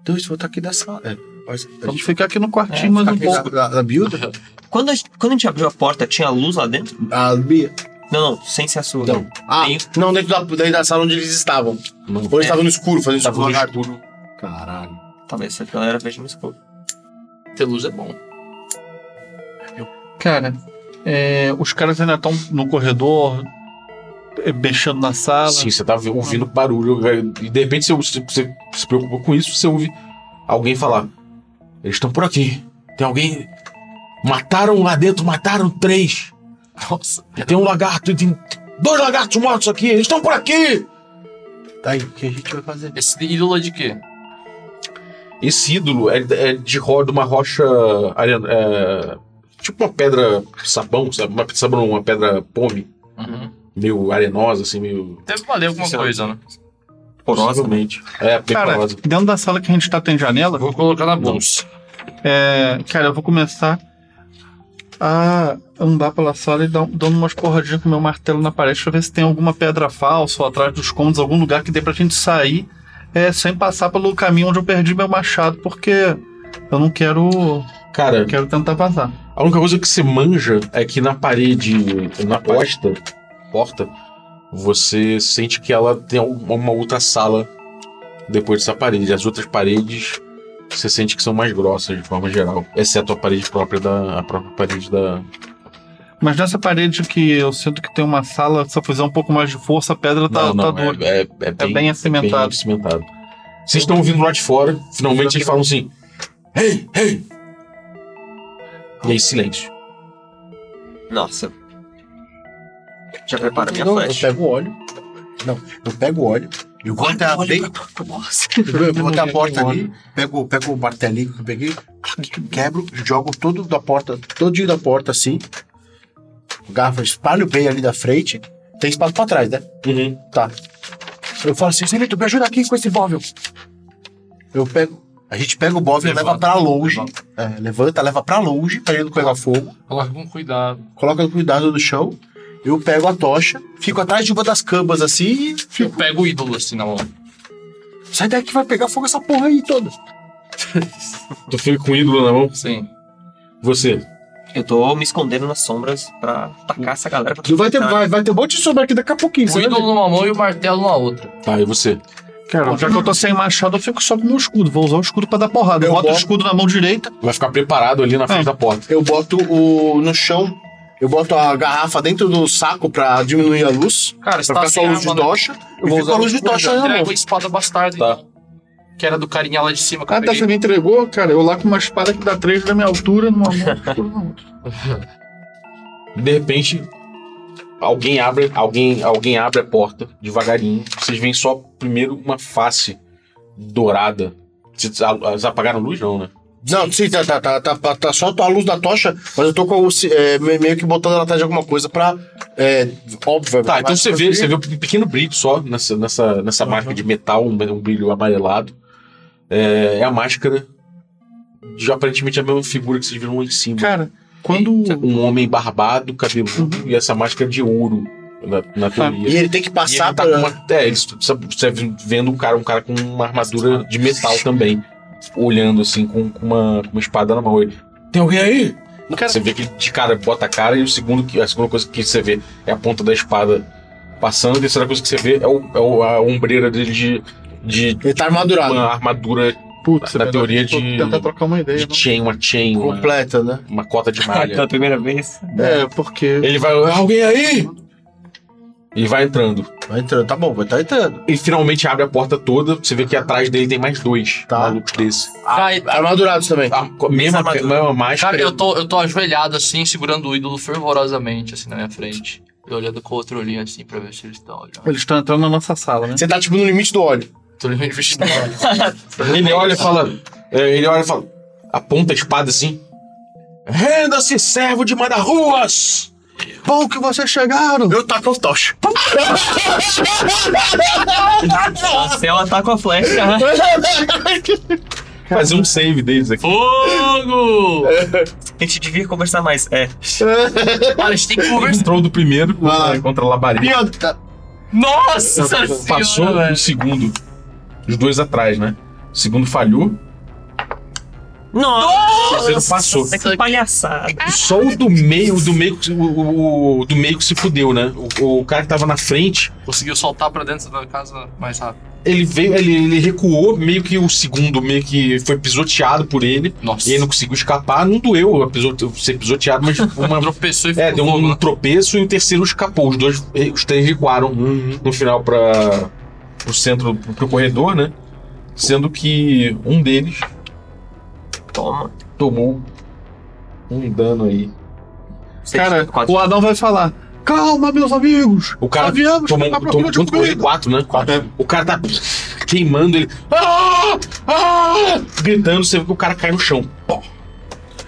Speaker 2: Deus, vou estar aqui nessa. É, mas- a
Speaker 5: Vamos
Speaker 2: gente
Speaker 5: ficar aqui no quartinho
Speaker 4: É,
Speaker 5: mais
Speaker 2: fica
Speaker 5: um
Speaker 2: aqui
Speaker 5: pouco.
Speaker 2: na, na, na build?
Speaker 4: Quando a, gente, quando a gente abriu a porta, tinha luz lá dentro?
Speaker 2: A Ah, Bia.
Speaker 4: Não, não, sem ser a sua.
Speaker 2: Não. Ah,
Speaker 4: Tem-
Speaker 2: não, dentro da, dentro da sala onde eles estavam.
Speaker 1: Não. Tá
Speaker 2: Ou eles estavam no escuro, fazendo
Speaker 1: É.
Speaker 8: tá
Speaker 1: Tava
Speaker 2: escuro.
Speaker 1: no
Speaker 2: lagarto.
Speaker 1: escuro.
Speaker 2: Caralho.
Speaker 4: Talvez essa galera veja no escuro.
Speaker 8: Ter luz é bom.
Speaker 2: tá.
Speaker 5: Cara, é, os caras ainda estão no corredor, é, mexendo na sala.
Speaker 1: Sim, você tá vi- ouvindo barulho. é, E de repente você, você- você se preocupou com isso, você ouve alguém falar. Eles estão por aqui. Tem alguém. Mataram lá dentro, mataram três.
Speaker 8: Nossa.
Speaker 1: E tem um lagarto, e tem dois lagartos mortos aqui, eles estão por aqui!
Speaker 2: Tá aí, o que a gente vai fazer?
Speaker 8: Esse ídolo é de quê?
Speaker 1: Esse ídolo é, é de, ro- de uma rocha. arena- é, tipo uma pedra sabão, sabe? Uma, sabão, não, uma pedra pome,
Speaker 8: Uhum.
Speaker 1: meio arenosa, assim, meio.
Speaker 8: Deve valer alguma
Speaker 4: Sei lá.
Speaker 8: coisa, né?
Speaker 4: Porosa. né?
Speaker 1: Possivelmente. É, bem
Speaker 5: Cara,
Speaker 1: porosa.
Speaker 5: dentro da sala que a gente tá tem janela.
Speaker 8: Vou colocar na
Speaker 1: Não.
Speaker 8: bolsa.
Speaker 5: É, cara, eu vou começar a andar pela sala e dar, um, dando umas porradinhas com meu martelo na parede pra ver se tem alguma pedra falsa ou atrás dos cômodos, algum lugar que dê pra gente sair é, sem passar pelo caminho onde eu perdi meu machado, porque eu não quero
Speaker 1: Cara,
Speaker 5: Eu quero tentar passar.
Speaker 1: A única coisa que você manja é que na parede, na porta, porta, você sente que ela tem al- uma outra sala depois dessa parede. As outras paredes você sente que são mais grossas de forma geral, exceto a parede própria da a própria parede da
Speaker 5: Mas nessa parede que eu sinto que tem uma sala, se eu fizer um pouco mais de força, a pedra tá,
Speaker 1: não, não,
Speaker 5: tá dura.
Speaker 1: é, é, é bem,
Speaker 5: bem acimentado.
Speaker 1: bem acimentado. Vocês estão ouvindo lá de fora, finalmente eles falam assim: "Hey, hey!" E aí silêncio.
Speaker 4: Nossa. Já prepara minha
Speaker 2: não,
Speaker 4: flecha.
Speaker 2: Eu pego o óleo. Não, eu pego o óleo. Eu vou até
Speaker 4: Olha
Speaker 2: abrir.
Speaker 4: pra- pra- nossa.
Speaker 2: Eu vou até a
Speaker 5: Eu
Speaker 2: porta
Speaker 5: pego
Speaker 2: ali. Pego, pego o martelinho que eu peguei. clac, Quebro, jogo todo da porta, todinho da porta assim. Garfo, espalho bem ali da frente. Tem espaço pra trás, né?
Speaker 1: Uhum.
Speaker 2: Tá. Eu falo assim, Zenito, me ajuda aqui com esse móvel. Eu pego. A gente pega o móvel e leva
Speaker 8: Levanta,
Speaker 2: pra longe.
Speaker 8: levanta.
Speaker 2: É, levanta, leva pra longe pra ele não pegar fogo.
Speaker 8: Coloca com cuidado.
Speaker 2: Coloca com cuidado no chão. Eu pego a tocha, fico atrás de uma das camas assim e
Speaker 8: Eu pego o ídolo assim na mão.
Speaker 2: Sai daí que vai pegar fogo essa porra aí toda.
Speaker 1: Tu Então fica com o ídolo na mão?
Speaker 8: Sim.
Speaker 1: Você.
Speaker 4: Eu tô me escondendo nas sombras pra atacar essa galera. pra
Speaker 2: Tu vai ter,
Speaker 4: tentar-
Speaker 2: vai, vai ter um monte de sombra aqui daqui a pouquinho.
Speaker 8: O
Speaker 2: Você vai
Speaker 8: ídolo numa mão e o martelo na outra.
Speaker 1: Tá, e você?
Speaker 5: Cara, já que eu tô sem machado, eu fico só com o meu escudo. Vou usar o escudo pra dar porrada.
Speaker 2: Eu
Speaker 5: Eu boto o
Speaker 2: boto-
Speaker 5: escudo na mão direita.
Speaker 1: Vai ficar preparado ali na frente
Speaker 5: É.
Speaker 1: da porta.
Speaker 2: ver. Eu boto o no chão. Eu boto a garrafa dentro do saco pra diminuir a luz.
Speaker 8: Cara, você
Speaker 2: Pra
Speaker 8: tá
Speaker 2: ficar só
Speaker 8: sem
Speaker 2: a luz de
Speaker 8: arma, né?
Speaker 2: tocha. Eu
Speaker 8: vou
Speaker 2: vou
Speaker 8: usar
Speaker 2: a luz de tocha na mão.
Speaker 8: Entrega a espada bastarda,
Speaker 1: Tá.
Speaker 8: então. Que era do carinha lá de cima que eu
Speaker 5: Ah, tá,
Speaker 8: peguei.
Speaker 5: você me entregou, cara. Eu lá com uma espada que dá três da minha altura numa mão.
Speaker 1: De repente, alguém abre, alguém, alguém abre a porta devagarinho. Vocês veem só primeiro uma face dourada. Vocês a- Eles apagaram a luz, não, né?
Speaker 2: Não, sim, tá, tá, tá, tá, tá, tá só a luz da tocha, mas eu tô com o, ci- é, me- meio que botando ela atrás de alguma coisa pra. É, óbvio,
Speaker 1: Tá,
Speaker 2: vai-
Speaker 1: então você vê, você vê um pequeno brilho só nessa, nessa, nessa
Speaker 2: Aham.
Speaker 1: marca de metal, um, um brilho amarelado. É, é a máscara. Já aparentemente é a mesma figura que vocês viram lá em cima.
Speaker 5: Cara, quando. Uhum.
Speaker 1: Um homem barbado, cabeludo e essa máscara de ouro na, na teoria.
Speaker 2: E ele tem que
Speaker 1: E ele
Speaker 2: passar
Speaker 1: tá
Speaker 2: pra.
Speaker 1: com uma, é, eles você- você vendo um cara, um cara com uma armadura de metal também, olhando assim com, com uma, com uma espada na mão. Ele, tem alguém aí?
Speaker 5: Cara-
Speaker 1: Você vê que de cara bota a cara e o segundo que- a segunda coisa que você vê é a ponta da espada passando. E a terceira coisa que você vê é, o, é o- a ombreira dele de, de
Speaker 2: Ele tá armadurado.
Speaker 1: uma armadura
Speaker 5: Putz,
Speaker 1: na
Speaker 5: é verdade,
Speaker 1: teoria
Speaker 5: tô
Speaker 1: de-
Speaker 5: Tentar trocar uma ideia.
Speaker 1: de
Speaker 5: não.
Speaker 1: chain, uma chain, uma,
Speaker 2: Completa, né?
Speaker 1: uma cota de
Speaker 4: Ah,
Speaker 1: malha.
Speaker 4: Pela primeira vez.
Speaker 5: É,
Speaker 1: né?
Speaker 5: porque.
Speaker 1: Ele vai, alguém aí? E vai entrando.
Speaker 2: Vai entrando, tá bom, vai tá entrando.
Speaker 1: E finalmente abre a porta toda. Você vê que atrás dele tem mais dois
Speaker 2: Tá.
Speaker 1: malucos desse.
Speaker 2: Vai, armadurados Tá também.
Speaker 1: A mesma,
Speaker 4: armadura.
Speaker 1: mesma máscara.
Speaker 8: Cara, eu tô, eu tô ajoelhado assim, segurando o ídolo fervorosamente, assim, na minha frente. E olhando com outro olhinho assim pra ver se eles estão olhando.
Speaker 5: Eles estão entrando na nossa sala, né?
Speaker 2: Você tá tipo no limite do óleo.
Speaker 8: Tô olhando investindo.
Speaker 1: Ele olha e fala. é, Ele olha e fala. Aponta a espada assim. Renda-se, servo de Madaruas!
Speaker 5: Bom que vocês chegaram!
Speaker 2: Eu taco o tocha.
Speaker 4: Nossa, eu ataco a flecha.
Speaker 1: Fazer um save deles aqui.
Speaker 8: Fogo!
Speaker 4: A gente devia conversar mais. É.
Speaker 8: Cara, a gente tem que
Speaker 1: Ele
Speaker 8: conversar.
Speaker 1: entrou do primeiro
Speaker 2: Vai
Speaker 1: contra, contra a labareda.
Speaker 8: Nossa
Speaker 1: Passou
Speaker 8: senhora,
Speaker 1: no segundo. Os dois atrás, né? O segundo falhou.
Speaker 4: Nossa!
Speaker 1: O terceiro passou.
Speaker 4: Que palhaçada.
Speaker 1: Só o do meio, o do meio, que- o, o- o do meio que se fudeu, né? O, o cara que tava na frente
Speaker 8: Conseguiu soltar pra dentro da casa mais rápido.
Speaker 1: ele veio, ele, ele recuou, meio que o segundo meio que foi pisoteado por ele,
Speaker 8: Nossa.
Speaker 1: e ele não conseguiu escapar, não doeu a pisote- ser pisoteado, mas uma,
Speaker 8: tropeçou e ficou
Speaker 5: Tipo,
Speaker 1: é, deu
Speaker 8: fogo,
Speaker 1: um
Speaker 8: né?
Speaker 1: tropeço e o terceiro escapou, os dois, eh, os três recuaram
Speaker 5: Uhum.
Speaker 1: no final para pro centro, pro corredor, né? Sendo que um deles
Speaker 4: Toma.
Speaker 1: tomou um dano aí.
Speaker 4: Seis,
Speaker 5: Cara,
Speaker 4: quatro.
Speaker 5: o Adão vai falar. Calma, meus amigos!
Speaker 1: O cara
Speaker 5: Nós viemos
Speaker 1: tomou,
Speaker 5: pra
Speaker 1: tomou,
Speaker 5: procura de
Speaker 1: junto com ele
Speaker 5: comida.
Speaker 1: quatro, né?
Speaker 5: Quatro. É.
Speaker 1: O cara tá queimando ele. Ah! Ah! Gritando, você vê que o cara cai no chão. Pó.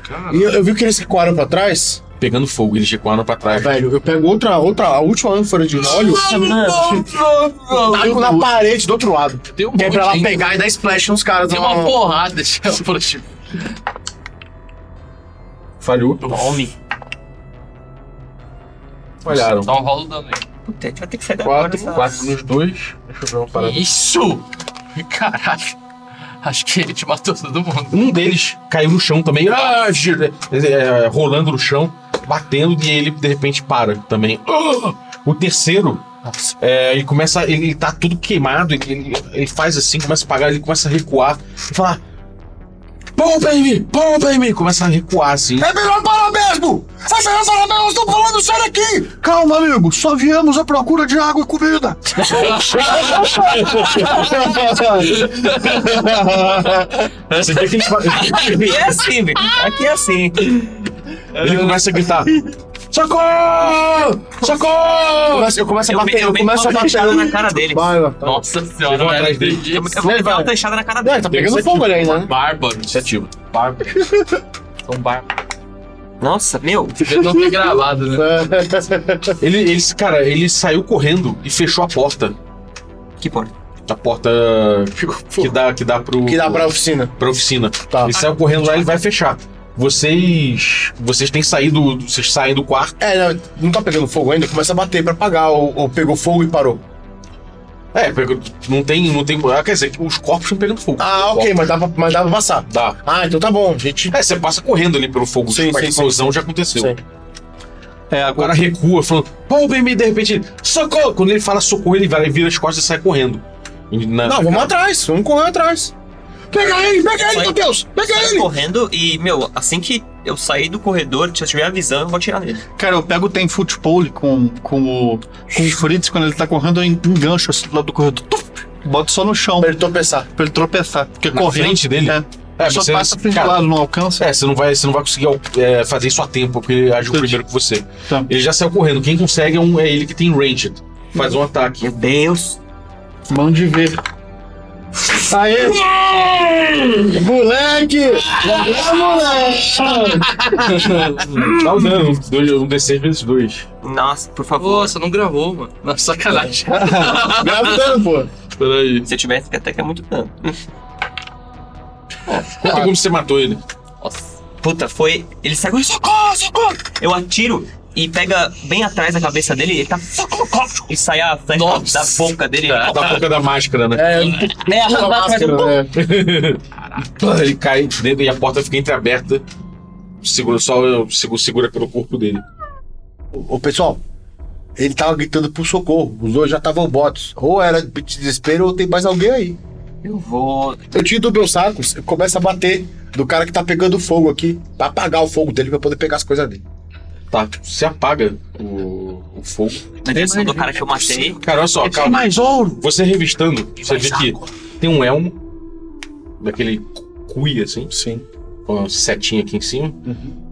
Speaker 8: Cara,
Speaker 2: E eu, eu vi que eles recuaram pra trás.
Speaker 1: pegando fogo, eles recuaram pra trás.
Speaker 2: Velho, eu pego outra, outra, a última ânfora de óleo. Taco na parede do outro lado.
Speaker 8: deu um
Speaker 2: Que é pra ela
Speaker 8: monte, hein?
Speaker 2: pegar e dar splash nos caras.
Speaker 8: Deu uma porrada. eu falei, tipo,
Speaker 1: Falhou.
Speaker 4: Tome.
Speaker 1: Falharam.
Speaker 8: Dá um rolo dano aí.
Speaker 4: Puta, a gente vai ter que sair daqui agora.
Speaker 1: Quatro,
Speaker 4: essa-
Speaker 1: quatro nos dois. Deixa eu ver uma parada.
Speaker 8: Isso! Caralho. Acho que ele te matou todo mundo.
Speaker 1: Um deles caiu no chão também, ah, gira- é, rolando no chão, batendo, e ele de repente para também. Ah! O terceiro, é, ele começa. Ele, ele tá tudo queimado, ele, ele- ele faz assim, começa a pagar, ele começa a recuar e falar. Pompa em mim! Pompa em mim! Começa a recuar assim.
Speaker 2: É melhor parar mesmo! É melhor parar mesmo, estou falando sério aqui!
Speaker 5: Calma, amigo, só viemos à procura de água e comida.
Speaker 1: Você vê que ele, fa-
Speaker 4: Aqui é assim, velho. Aqui é assim.
Speaker 1: ele começa a gritar: Socorro! Socorro!
Speaker 2: Eu começo a
Speaker 4: Eu, me-
Speaker 2: bater,
Speaker 4: eu,
Speaker 2: eu
Speaker 4: meio que
Speaker 2: começo
Speaker 4: dou
Speaker 2: a
Speaker 4: uma
Speaker 2: bater.
Speaker 4: flechada na cara dele.
Speaker 2: Vai, tá. vai.
Speaker 8: Nossa senhora,
Speaker 1: vão
Speaker 8: velho,
Speaker 1: atrás dele.
Speaker 8: entendi. É um
Speaker 4: Eu, eu vou dar uma flechada na cara
Speaker 2: Ah,
Speaker 4: dele.
Speaker 2: tá pegando
Speaker 1: Deve ser
Speaker 2: fogo ali ainda, né?
Speaker 8: Bárbaros.
Speaker 1: Iniciativa. um
Speaker 8: São bárbaros.
Speaker 4: Nossa, meu.
Speaker 8: Devia não ter gravado, né?
Speaker 2: É.
Speaker 1: Ele, ele, cara, ele saiu correndo e fechou a porta.
Speaker 4: Que porra.
Speaker 1: A porta que dá, que dá pro.
Speaker 2: que dá pra oficina.
Speaker 1: pra oficina.
Speaker 2: Tá.
Speaker 1: Ele saiu correndo lá e ele vai fechar. Vocês. Vocês têm saído. Vocês saem do quarto.
Speaker 2: É, não, não tá pegando fogo ainda, começa a bater pra apagar, ou, ou pegou fogo e parou.
Speaker 1: É, pegou- não tem. Não tem ah, quer dizer, que os corpos estão pegando fogo.
Speaker 2: Ah, ok, mas dá pra, mas dá pra passar.
Speaker 1: Dá.
Speaker 2: Ah, então tá bom, gente.
Speaker 1: É, você passa correndo ali pelo fogo.
Speaker 2: Sim,
Speaker 1: tipo, a
Speaker 2: sim,
Speaker 1: explosão já aconteceu.
Speaker 2: Sim.
Speaker 5: É,
Speaker 1: O cara
Speaker 5: agora
Speaker 1: recua, falando, pô, bem de repente, ele, socorro! Quando ele fala socorro, ele vai, ele vira as costas e sai correndo. né? E na-
Speaker 2: Não, vamos atrás, vamos correr atrás. Pega ele, pega ele,
Speaker 4: Sai.
Speaker 2: meu Deus! Pega
Speaker 4: Sai
Speaker 2: ele!
Speaker 4: correndo e, meu, assim que eu sair do corredor, se eu tiver a visão, eu vou atirar nele.
Speaker 5: Cara, eu pego o tem footpole com, com o, com o Fritz, quando ele tá correndo, eu engancho assim do lado do corredor. Tuf! Boto só no chão
Speaker 2: Pra
Speaker 5: pra
Speaker 2: ele tropeçar.
Speaker 5: ele tropeçar. Porque
Speaker 1: Na
Speaker 5: correndo.
Speaker 1: frente dele?
Speaker 5: É,
Speaker 1: É,
Speaker 5: só
Speaker 1: você-
Speaker 5: passa pro
Speaker 1: cara,
Speaker 5: lado, não alcança.
Speaker 1: É, você não vai, você não vai conseguir é, fazer isso a tempo, porque ele agiu
Speaker 5: Entendi.
Speaker 1: primeiro que você.
Speaker 5: Tá.
Speaker 1: Ele já saiu correndo. Quem consegue é, um, é ele que tem ranged. Faz um ataque.
Speaker 4: Meu Deus.
Speaker 5: Mande ver.
Speaker 2: Aê! moleque! Vai, moleque!
Speaker 1: Hum, Dá o dano. Dois- Um D6 vezes 2.
Speaker 4: Nossa, por favor.
Speaker 8: Nossa, não gravou, mano. Nossa, sacanagem.
Speaker 2: Gravitando, pô.
Speaker 8: Peraí.
Speaker 4: Se eu tivesse até que é muito dano.
Speaker 1: Conta como você matou ele.
Speaker 8: Nossa.
Speaker 4: Puta, foi. Ele sai correndo, socorro, socorro! Eu atiro e pega bem atrás da cabeça dele, ele tá. socorro, socorro, E sai a flecha
Speaker 8: Nossa.
Speaker 4: da boca dele.
Speaker 8: Cara.
Speaker 1: Da boca da máscara, né?
Speaker 2: É,
Speaker 4: É, a
Speaker 2: pula a máscara, né?
Speaker 1: Ele cai dentro e a porta fica entreaberta. Segura, só segura, segura pelo corpo dele.
Speaker 2: Ô, pessoal, ele tava gritando por socorro. Os dois já estavam bots. Ou era de desespero ou tem mais alguém aí.
Speaker 4: Eu vou.
Speaker 2: Eu tiro do meu saco, eu começo a bater do cara que tá pegando fogo aqui, pra apagar o fogo dele pra poder pegar as coisas dele.
Speaker 1: Tá, se apaga o, o fogo.
Speaker 4: Na direção é do cara que eu matei.
Speaker 1: Cara, olha só, calma.
Speaker 5: mais ouro!
Speaker 1: Você revistando, você vê que tem um elmo, daquele cuia assim,
Speaker 2: Sim. Uhum.
Speaker 1: com uma setinha aqui em cima.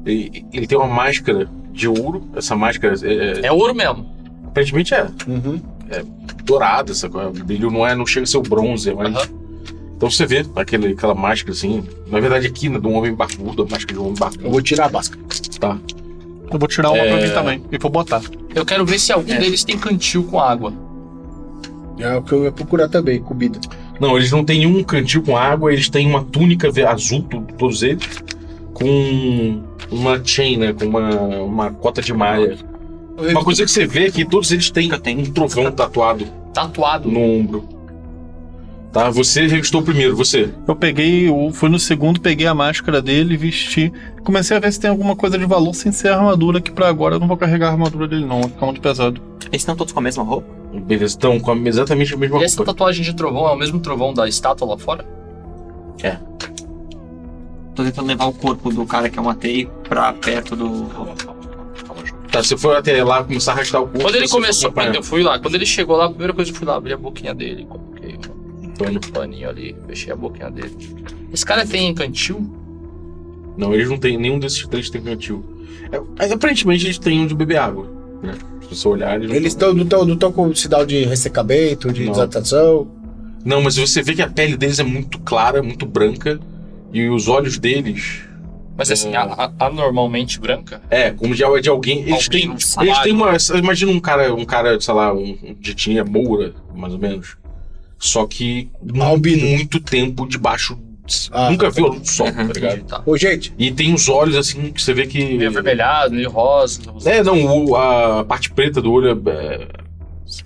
Speaker 1: E- ele tem uma máscara de ouro. Essa máscara é, é-
Speaker 8: É ouro mesmo.
Speaker 1: aparentemente é
Speaker 2: Uhum.
Speaker 1: dourada, essa coisa. O brilho não, é, não chega a ser o bronze, mas. Então você vê aquele, aquela máscara assim. Na verdade, aqui, né, de um homem barbudo, a máscara de um homem
Speaker 2: Eu
Speaker 1: barbudo.
Speaker 2: vou tirar a máscara.
Speaker 1: Tá.
Speaker 5: Eu vou tirar uma pra mim também. E vou botar.
Speaker 8: Eu quero ver se
Speaker 1: É.
Speaker 8: algum deles tem cantil com água.
Speaker 2: É o que eu ia procurar também, comida.
Speaker 1: Não, eles não têm um cantil com água, eles têm uma túnica ve- azul, tu- todos eles, com uma chain, né? Com uma, uma cota de malha. Uma coisa que você vê é que todos eles têm um trovão tatuado
Speaker 8: Tatuado.
Speaker 1: no ombro. Tá, você revistou primeiro, você.
Speaker 5: Eu peguei, o- fui no segundo, peguei a máscara dele, vesti. Comecei a ver se tem alguma coisa de valor sem ser a armadura, que pra agora eu não vou carregar a armadura dele, não. Vai ficar muito pesado.
Speaker 4: Eles estão todos com a mesma roupa?
Speaker 1: Beleza, então, com a- exatamente a mesma
Speaker 8: E essa
Speaker 1: roupa.
Speaker 8: tatuagem de trovão é o mesmo trovão da estátua lá fora?
Speaker 4: Tô tentando levar o corpo do cara que eu matei pra perto do.
Speaker 1: Tá, você foi até lá começar a arrastar o corpo.
Speaker 8: Quando ele
Speaker 1: você foi
Speaker 8: começou,
Speaker 1: acompanhar.
Speaker 8: quando eu fui lá, quando ele chegou lá, a primeira coisa que eu fui lá, abri a boquinha dele, coloquei um
Speaker 1: Pano.
Speaker 8: paninho ali, fechei a boquinha dele. Esse cara é tem cantil?
Speaker 1: Não, eles não têm. Nenhum desses três tem cantil. É, mas, aparentemente eles têm um de beber água. Né? Se você olhar, eles não
Speaker 2: Eles estão não tão, não tão com sinal de ressecamento, de
Speaker 1: Não.
Speaker 2: desadaptação.
Speaker 1: Não, mas você vê que a pele deles é muito clara, muito branca. E os olhos deles.
Speaker 8: Mas assim,
Speaker 1: É.
Speaker 8: a- a- anormalmente branca?
Speaker 1: É, como de, de alguém. Eles
Speaker 8: Alguém
Speaker 1: têm.
Speaker 8: sabe.
Speaker 1: Eles têm uma. Imagina um cara, um cara, sei lá, um um de etnia moura, mais ou menos. Só que mu-
Speaker 2: Albino.
Speaker 1: muito tempo debaixo.
Speaker 2: Ah.
Speaker 1: Nunca viu a luz do sol, tá
Speaker 4: Uhum.
Speaker 1: ligado?
Speaker 8: Tá.
Speaker 2: Ô, gente,
Speaker 1: E tem os olhos assim que você vê que.
Speaker 8: Meio avermelhado, meio rosa.
Speaker 1: É, não, o- a parte preta do olho é,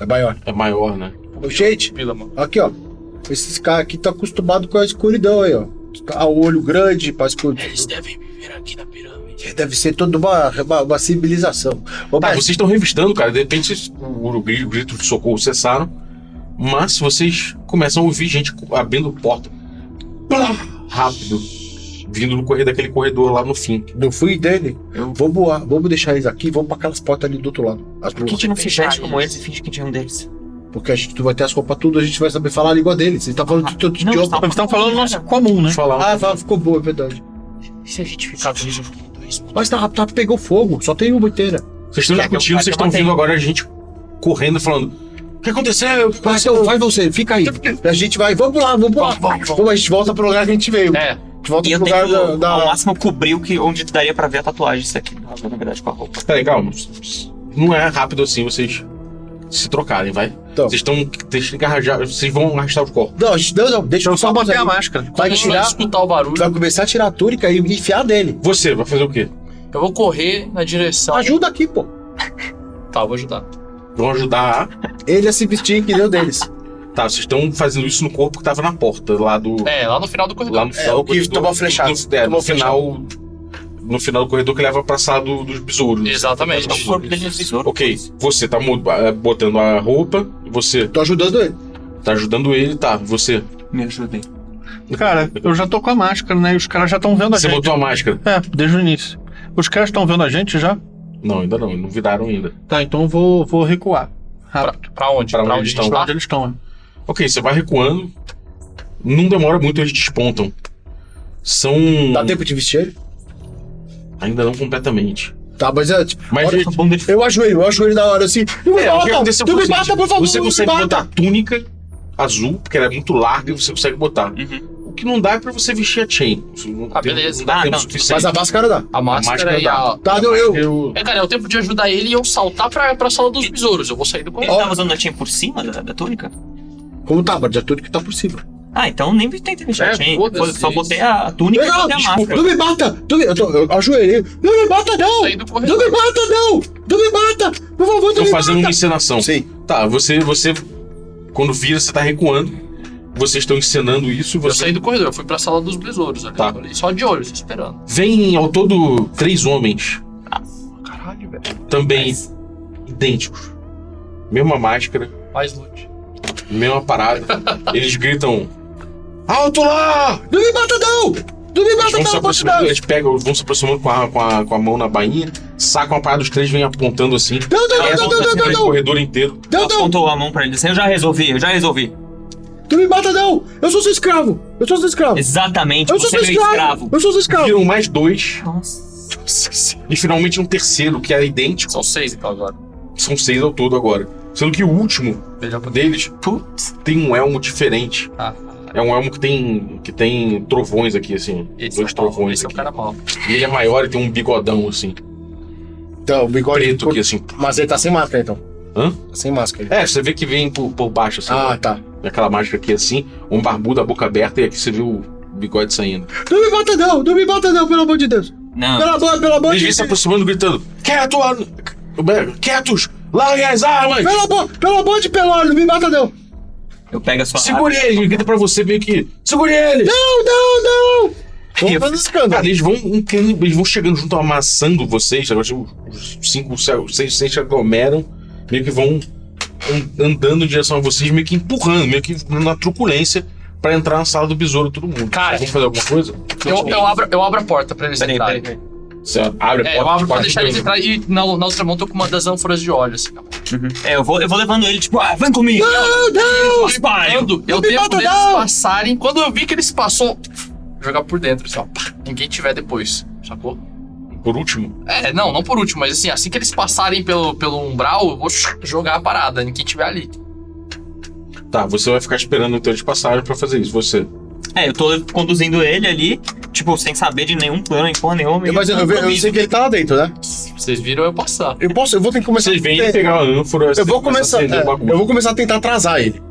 Speaker 2: é maior.
Speaker 1: é maior, né?
Speaker 2: Ô, gente,
Speaker 8: Pila, mano.
Speaker 2: aqui, ó. Esses caras aqui tá acostumado com a escuridão aí, ó. Tá o olho grande, pra escuridão.
Speaker 6: Eles devem viver aqui na pirâmide.
Speaker 2: Deve ser toda uma, uma, uma civilização. Ô,
Speaker 1: Tá,
Speaker 4: É.
Speaker 2: mas-
Speaker 1: vocês estão revistando, cara. De repente vocês- o o grito, o grito de socorro cessaram. Mas vocês começam a ouvir gente co- abrindo porta. Plá! Rápido. Vindo no corredor daquele corredor lá no fim.
Speaker 2: Não fui dele. Vamos voar, vamos deixar eles aqui, vamos pra aquelas portas ali do outro lado. As
Speaker 4: Por que a
Speaker 2: duas.
Speaker 4: gente não se
Speaker 6: Fechar
Speaker 4: veste como
Speaker 6: eles.
Speaker 4: eles e finge que a gente é um deles?
Speaker 2: Porque a gente vai ter as roupas tudo, a gente vai saber falar a língua deles. Ele tá falando de todo
Speaker 4: Não,
Speaker 2: idioma.
Speaker 5: Eles estavam falando nosso comum, né?
Speaker 1: Falaram.
Speaker 2: Ah, fala, ficou boa, é verdade.
Speaker 6: E se a gente ficar vivo no mundo, isso
Speaker 2: Mas tá, tá pegou fogo, só tem uma inteira.
Speaker 1: Vocês estão
Speaker 4: Quer que eu-
Speaker 1: discutindo,
Speaker 4: quer que
Speaker 1: vocês
Speaker 4: eu
Speaker 1: estão
Speaker 4: matei?
Speaker 1: vindo agora a gente correndo falando. O que aconteceu? O que
Speaker 2: Vai,
Speaker 1: aconteceu?
Speaker 2: então, vai você, fica aí. A gente vai, vamos lá, vamos lá.
Speaker 8: Vamos, vamos, vamos.
Speaker 2: Ou a gente volta pro lugar que a gente veio.
Speaker 8: É,
Speaker 2: A gente volta
Speaker 4: E eu
Speaker 2: pro lugar da.
Speaker 4: tento
Speaker 2: da-
Speaker 4: ao máximo cobrir o que, onde daria pra ver a tatuagem isso aqui. Na verdade, com a roupa.
Speaker 1: Peraí, calma. Não é rápido assim vocês se trocarem, vai.
Speaker 2: Então.
Speaker 1: Vocês estão. Vocês têm que arranjar. Vocês vão arrastar os corpos.
Speaker 2: Não, a gente- não, não, deixa
Speaker 5: Eu
Speaker 2: eu
Speaker 5: só
Speaker 2: só
Speaker 5: botei a máscara.
Speaker 2: Vai
Speaker 8: a gente vai
Speaker 2: tirar,
Speaker 8: escutar o barulho.
Speaker 2: vai começar a tirar a túnica e enfiar nele.
Speaker 1: Você vai fazer o quê?
Speaker 8: Eu vou correr na direção.
Speaker 2: Ajuda aqui, pô.
Speaker 8: Tá, eu vou ajudar.
Speaker 1: Vão ajudar. a-
Speaker 2: Ele a se vestir, que deu deles.
Speaker 1: Tá, vocês estão fazendo isso no corpo que tava na porta, lá do.
Speaker 8: É, lá no final do corredor.
Speaker 1: Lá no final.
Speaker 2: o que
Speaker 1: do-
Speaker 2: tomou flechado.
Speaker 1: No, é,
Speaker 2: Tomou
Speaker 1: no final. No final do corredor que leva pra sala do- dos besouros.
Speaker 8: Exatamente.
Speaker 4: O corpo dele é tesouro.
Speaker 1: Ok, você tá mu- eh, botando a roupa, você
Speaker 2: Tô ajudando ele.
Speaker 1: tá ajudando ele, tá? Você.
Speaker 4: Me ajudem.
Speaker 5: Cara, eu já tô com a máscara, né? E os caras já estão vendo a
Speaker 1: Você
Speaker 5: gente.
Speaker 1: botou a máscara?
Speaker 5: É, desde o início. Os caras estão vendo a gente já?
Speaker 1: Não, ainda não, não viraram ainda.
Speaker 5: Tá, então eu vou, vou recuar. Rápido.
Speaker 8: Pra onde?
Speaker 1: Pra
Speaker 8: Pra,
Speaker 1: onde
Speaker 8: onde
Speaker 1: estão?
Speaker 8: a gente
Speaker 5: Pra
Speaker 8: tá?
Speaker 5: onde eles estão, né?
Speaker 1: Ok, você vai recuando. Não demora muito, eles despontam. São.
Speaker 2: Dá tempo de vestir ele?
Speaker 1: Ainda não completamente.
Speaker 2: Tá, mas é, tipo,
Speaker 1: Mas
Speaker 2: olha-
Speaker 1: eles-
Speaker 4: Bunda de
Speaker 2: eu ajoelho, eu ajoelho na hora assim. Não me
Speaker 1: É, o que
Speaker 2: mata,
Speaker 1: aconteceu
Speaker 2: não
Speaker 1: foi
Speaker 2: me
Speaker 1: o seguinte,
Speaker 2: mata, por favor,
Speaker 1: Você
Speaker 2: não me
Speaker 1: consegue
Speaker 2: mata.
Speaker 1: botar a túnica azul, porque ela é muito larga e você consegue botar. O que não dá é pra você vestir a chain. Isso não
Speaker 8: Ah,
Speaker 1: tem-
Speaker 8: beleza.
Speaker 1: Não dá
Speaker 4: Ah,
Speaker 1: tempo
Speaker 4: não,
Speaker 1: suficiente.
Speaker 2: Mas a máscara dá.
Speaker 8: A máscara
Speaker 1: máscara
Speaker 8: e a...
Speaker 2: Tá, não, eu.
Speaker 1: Eu...
Speaker 8: É, cara, é o tempo de ajudar ele e eu saltar pra, pra sala dos besouros. Eu vou sair do
Speaker 4: Ele
Speaker 8: corredor.
Speaker 4: tava usando a chain por cima da, da túnica?
Speaker 2: Como tá, mas já tudo que tá por cima.
Speaker 4: Ah, então nem tentei mexer
Speaker 8: É,
Speaker 4: a chain.
Speaker 8: foda-se.
Speaker 4: Foda, só botei a, a túnica e
Speaker 2: Não,
Speaker 4: botei a
Speaker 2: desculpa,
Speaker 4: máscara.
Speaker 2: não me mata! Não me, eu, tô, eu ajoelhei. Não me mata, não!
Speaker 8: Saí do
Speaker 2: Não
Speaker 8: corredor.
Speaker 2: me mata, não! Não me mata! Por favor, não
Speaker 1: Tô
Speaker 2: me
Speaker 1: fazendo uma
Speaker 2: mata!
Speaker 1: encenação.
Speaker 2: Sim.
Speaker 1: Tá, você, você. Quando vira, você tá recuando. Vocês estão encenando isso.
Speaker 8: Eu
Speaker 1: Você...
Speaker 8: saí do corredor, eu fui pra sala dos besouros ali.
Speaker 1: Tá.
Speaker 8: Eu falei, Só de olho, esperando.
Speaker 1: Vem ao todo três homens.
Speaker 8: Caralho, velho.
Speaker 1: Também
Speaker 4: Mas-
Speaker 1: idênticos. Mesma máscara,
Speaker 8: Mais loot.
Speaker 1: mesma parada. Eles gritam. Alto lá!
Speaker 2: Não me mata, não! Não me
Speaker 1: Eles vão
Speaker 2: mata,
Speaker 1: se
Speaker 2: não! Pode
Speaker 1: aproximando,
Speaker 2: não!
Speaker 1: eles pegam, vão se aproximando com a, com a, com a mão na bainha, sacam a parada, os três vêm apontando assim.
Speaker 2: Não, não, não, não, não, não,
Speaker 1: pelo
Speaker 2: não!
Speaker 1: corredor inteiro.
Speaker 2: Não, não!
Speaker 4: Apontou a mão pra ele assim, eu já resolvi, eu já resolvi.
Speaker 2: Não me mata, não! Eu sou seu escravo! Eu sou seu escravo!
Speaker 1: tipo
Speaker 4: Exatamente,
Speaker 2: Eu sou
Speaker 4: você
Speaker 2: seu
Speaker 4: é meu
Speaker 2: escravo!
Speaker 4: escravo.
Speaker 2: Eu sou seu escravo!
Speaker 1: Viram mais dois.
Speaker 4: Nossa.
Speaker 1: E finalmente um terceiro, que é idêntico.
Speaker 8: São seis então agora.
Speaker 1: São seis ao todo agora. Sendo que o último
Speaker 8: Melhor pra
Speaker 1: deles
Speaker 4: Putz.
Speaker 1: tem um elmo diferente.
Speaker 8: Ah.
Speaker 1: É um elmo que tem, que tem trovões aqui, assim.
Speaker 8: Esse
Speaker 1: dois
Speaker 8: é o mal,
Speaker 1: trovões
Speaker 8: Esse é o
Speaker 1: aqui.
Speaker 8: cara mal.
Speaker 1: E ele é maior e tem um bigodão, assim.
Speaker 2: Então, o bigode.
Speaker 1: Preto aqui, assim.
Speaker 2: Mas ele tá sem máscara, então.
Speaker 1: Hã?
Speaker 2: Tá sem máscara.
Speaker 1: É, você vê que vem por, por baixo, assim.
Speaker 2: Ah, tá.
Speaker 1: Aquela mágica aqui, assim. Um barbudo, a boca aberta, e aqui você vê o bigode saindo.
Speaker 2: Não me mata, não! Não me mata, não, pelo amor de Deus!
Speaker 4: Não,
Speaker 2: Pelo amor, pelo amor
Speaker 1: Eles
Speaker 2: de
Speaker 1: vêm se
Speaker 2: Deus!
Speaker 1: aproximando, gritando: Quieto! an- c- Quietos! Larguem as armas!
Speaker 2: Pelo amor, pelo amor de Pelório, não me mata, não!
Speaker 4: eu pego a sua
Speaker 1: Segure ele! Ele Grita pra você meio que: Segure ele!
Speaker 2: Não, não, não! Vamos fazer escândalo!
Speaker 1: Cara, eles vão, entrando, eles vão chegando junto, amassando vocês. Agora, tipo, os cinco, seis, seis se aglomeram, meio que vão an- andando em direção a vocês, meio que empurrando, meio que na truculência, pra entrar na sala do besouro todo mundo.
Speaker 8: Cara,
Speaker 1: vamos fazer alguma coisa?
Speaker 8: Eu, eu abro, eu abro a porta pra eles
Speaker 4: Peraí,
Speaker 8: entrarem.
Speaker 4: peraí, peraí.
Speaker 1: Você abre a porta.
Speaker 8: É, eu abro pra
Speaker 1: quase
Speaker 8: deixar eles
Speaker 1: dentro.
Speaker 8: entrarem e na, na outra mão tô com uma das ânforas de óleo, assim.
Speaker 4: É, eu vou, eu vou levando ele, tipo, ah, vem comigo.
Speaker 2: Não, não!
Speaker 4: Espalho.
Speaker 8: Quando eu
Speaker 2: me
Speaker 8: tempo
Speaker 2: mata,
Speaker 8: deles
Speaker 2: não!
Speaker 8: passarem, quando eu vi que eles passou, jogar por dentro, assim, ó. pá, Ninguém tiver depois, sacou?
Speaker 1: Por último,
Speaker 8: É, não, não por último, mas assim, assim que eles passarem pelo, pelo umbral, eu vou jogar a parada, ninguém tiver ali.
Speaker 1: tá, você vai ficar esperando então eles passarem pra fazer isso. Você.
Speaker 4: É, eu tô conduzindo ele ali, tipo, sem saber de nenhum plano, em porra nenhuma.
Speaker 2: Eu, mas eu, eu, eu sei que ele tá lá dentro, né?
Speaker 8: Vocês viram eu passar.
Speaker 2: Eu posso, eu vou ter que começar.
Speaker 1: Vocês vêm pegar a ânfora.
Speaker 2: Eu vou
Speaker 1: começa a
Speaker 2: começar,
Speaker 1: acender
Speaker 2: é,
Speaker 1: o bagulho.
Speaker 2: eu vou começar a tentar atrasar ele.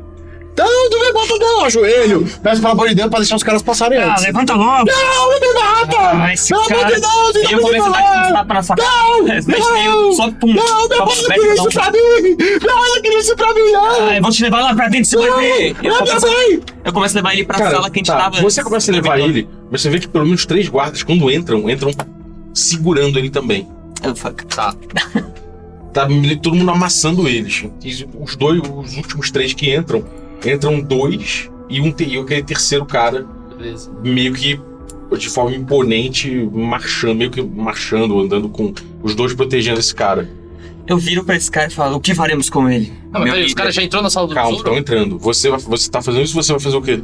Speaker 2: Não, não me bota não, ajoelho. Peço pelo amor de Deus pra deixar os caras passarem
Speaker 4: Ah,
Speaker 2: antes.
Speaker 4: levanta logo!
Speaker 2: Não, não me mata!
Speaker 4: Ah, esse
Speaker 2: pelo amor
Speaker 4: cara-
Speaker 2: de Deus,
Speaker 4: Eu
Speaker 2: não
Speaker 4: vou
Speaker 2: me
Speaker 4: começar a dar um
Speaker 2: mata!
Speaker 4: tapa na sua
Speaker 2: Não,
Speaker 4: Mete meio,
Speaker 2: não,
Speaker 4: só pum.
Speaker 2: não, meu
Speaker 4: Só
Speaker 2: pai não
Speaker 4: mete,
Speaker 2: queria
Speaker 4: dá um
Speaker 2: isso tá pra mim! Não, ela queria isso pra mim, não!
Speaker 4: Ah, eu vou te levar lá pra dentro, você
Speaker 2: Não, é
Speaker 4: vai ver! Eu
Speaker 2: não, minha
Speaker 4: começo,
Speaker 2: mãe!
Speaker 4: eu começo a levar ele pra
Speaker 1: Cara,
Speaker 4: sala que a gente
Speaker 1: tá,
Speaker 4: tava.
Speaker 1: Você começa a levar ele, mas você vê que pelo menos três guardas, quando entram, entram segurando ele também.
Speaker 4: Oh, fuck.
Speaker 8: Tá.
Speaker 1: Tá meio- todo mundo amassando eles. E os dois, os últimos três que entram, entram dois e um te- e aquele terceiro cara,
Speaker 8: Beleza.
Speaker 1: meio que de forma imponente, marchando, meio que marchando, andando com os dois protegendo esse cara.
Speaker 4: Eu viro pra esse cara e falo, o que faremos com ele?
Speaker 8: Não, mas
Speaker 4: Meu
Speaker 8: peraí, os
Speaker 4: líder.
Speaker 8: caras já entrou na sala do
Speaker 1: Calma,
Speaker 8: tesouro?
Speaker 1: estão entrando. Você, vai- você tá fazendo isso, você vai fazer o quê?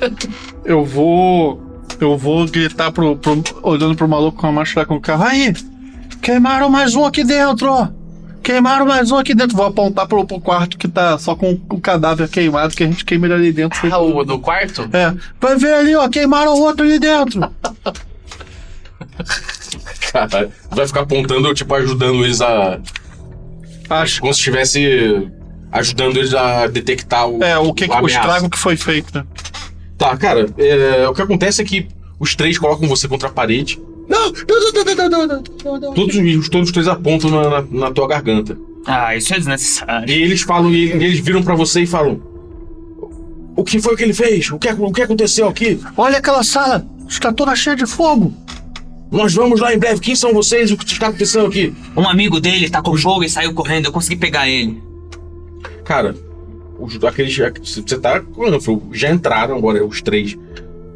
Speaker 5: Eu vou. Eu vou gritar pro. pro- olhando pro maluco com a marcha com o carro. Aí! Queimaram mais um aqui dentro, ó! Queimaram mais um aqui dentro. Vou apontar pro, pro quarto que tá só com o cadáver queimado que a gente queima ele ali dentro.
Speaker 8: Ah, o do quarto?
Speaker 5: É. Vai ver ali, ó. Queimaram o outro ali dentro.
Speaker 1: Cara, vai ficar apontando, tipo, ajudando eles a.
Speaker 5: Acho.
Speaker 1: Como se estivesse ajudando eles a detectar o.
Speaker 5: É, o que, que- o
Speaker 1: ameaça.
Speaker 5: estrago que foi feito, né?
Speaker 1: Tá, cara, é, o que acontece é que os três colocam você contra a parede,
Speaker 2: Não, não, não, não, não, não, não, não.
Speaker 1: todos, os- todos os três apontam na, na- na tua garganta.
Speaker 4: Ah, isso é
Speaker 1: E
Speaker 4: desnecessário.
Speaker 1: eles falam, e eles viram pra você e falam: O que foi que ele fez? O que, o que aconteceu aqui?
Speaker 5: Olha aquela sala. Está toda cheia de fogo.
Speaker 1: Nós vamos lá em breve. Quem são vocês? O que está acontecendo aqui?
Speaker 4: Um amigo dele tá com fogo e saiu correndo, eu consegui pegar ele.
Speaker 1: Cara, os, aqueles. Você tá. Já entraram agora os três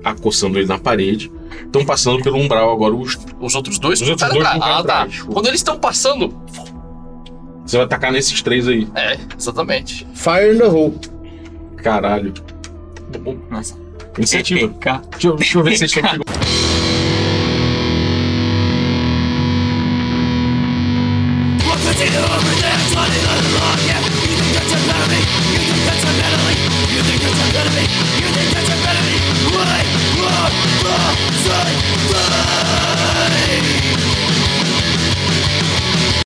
Speaker 1: acossando ele na parede. Estão passando pelo umbral agora. Os,
Speaker 8: Os outros dois?
Speaker 1: Os outros
Speaker 8: Ah,
Speaker 1: dois
Speaker 8: tá.
Speaker 1: não vão
Speaker 8: Ah, tá.
Speaker 1: atrás. tipo.
Speaker 8: Quando eles estão passando.
Speaker 1: você vai atacar nesses três aí.
Speaker 8: É, exatamente.
Speaker 2: Fire in the hole.
Speaker 1: Caralho.
Speaker 4: Nossa. é
Speaker 1: Iniciativa.
Speaker 4: Fica.
Speaker 1: Deixa eu, deixa eu ver se vocês estão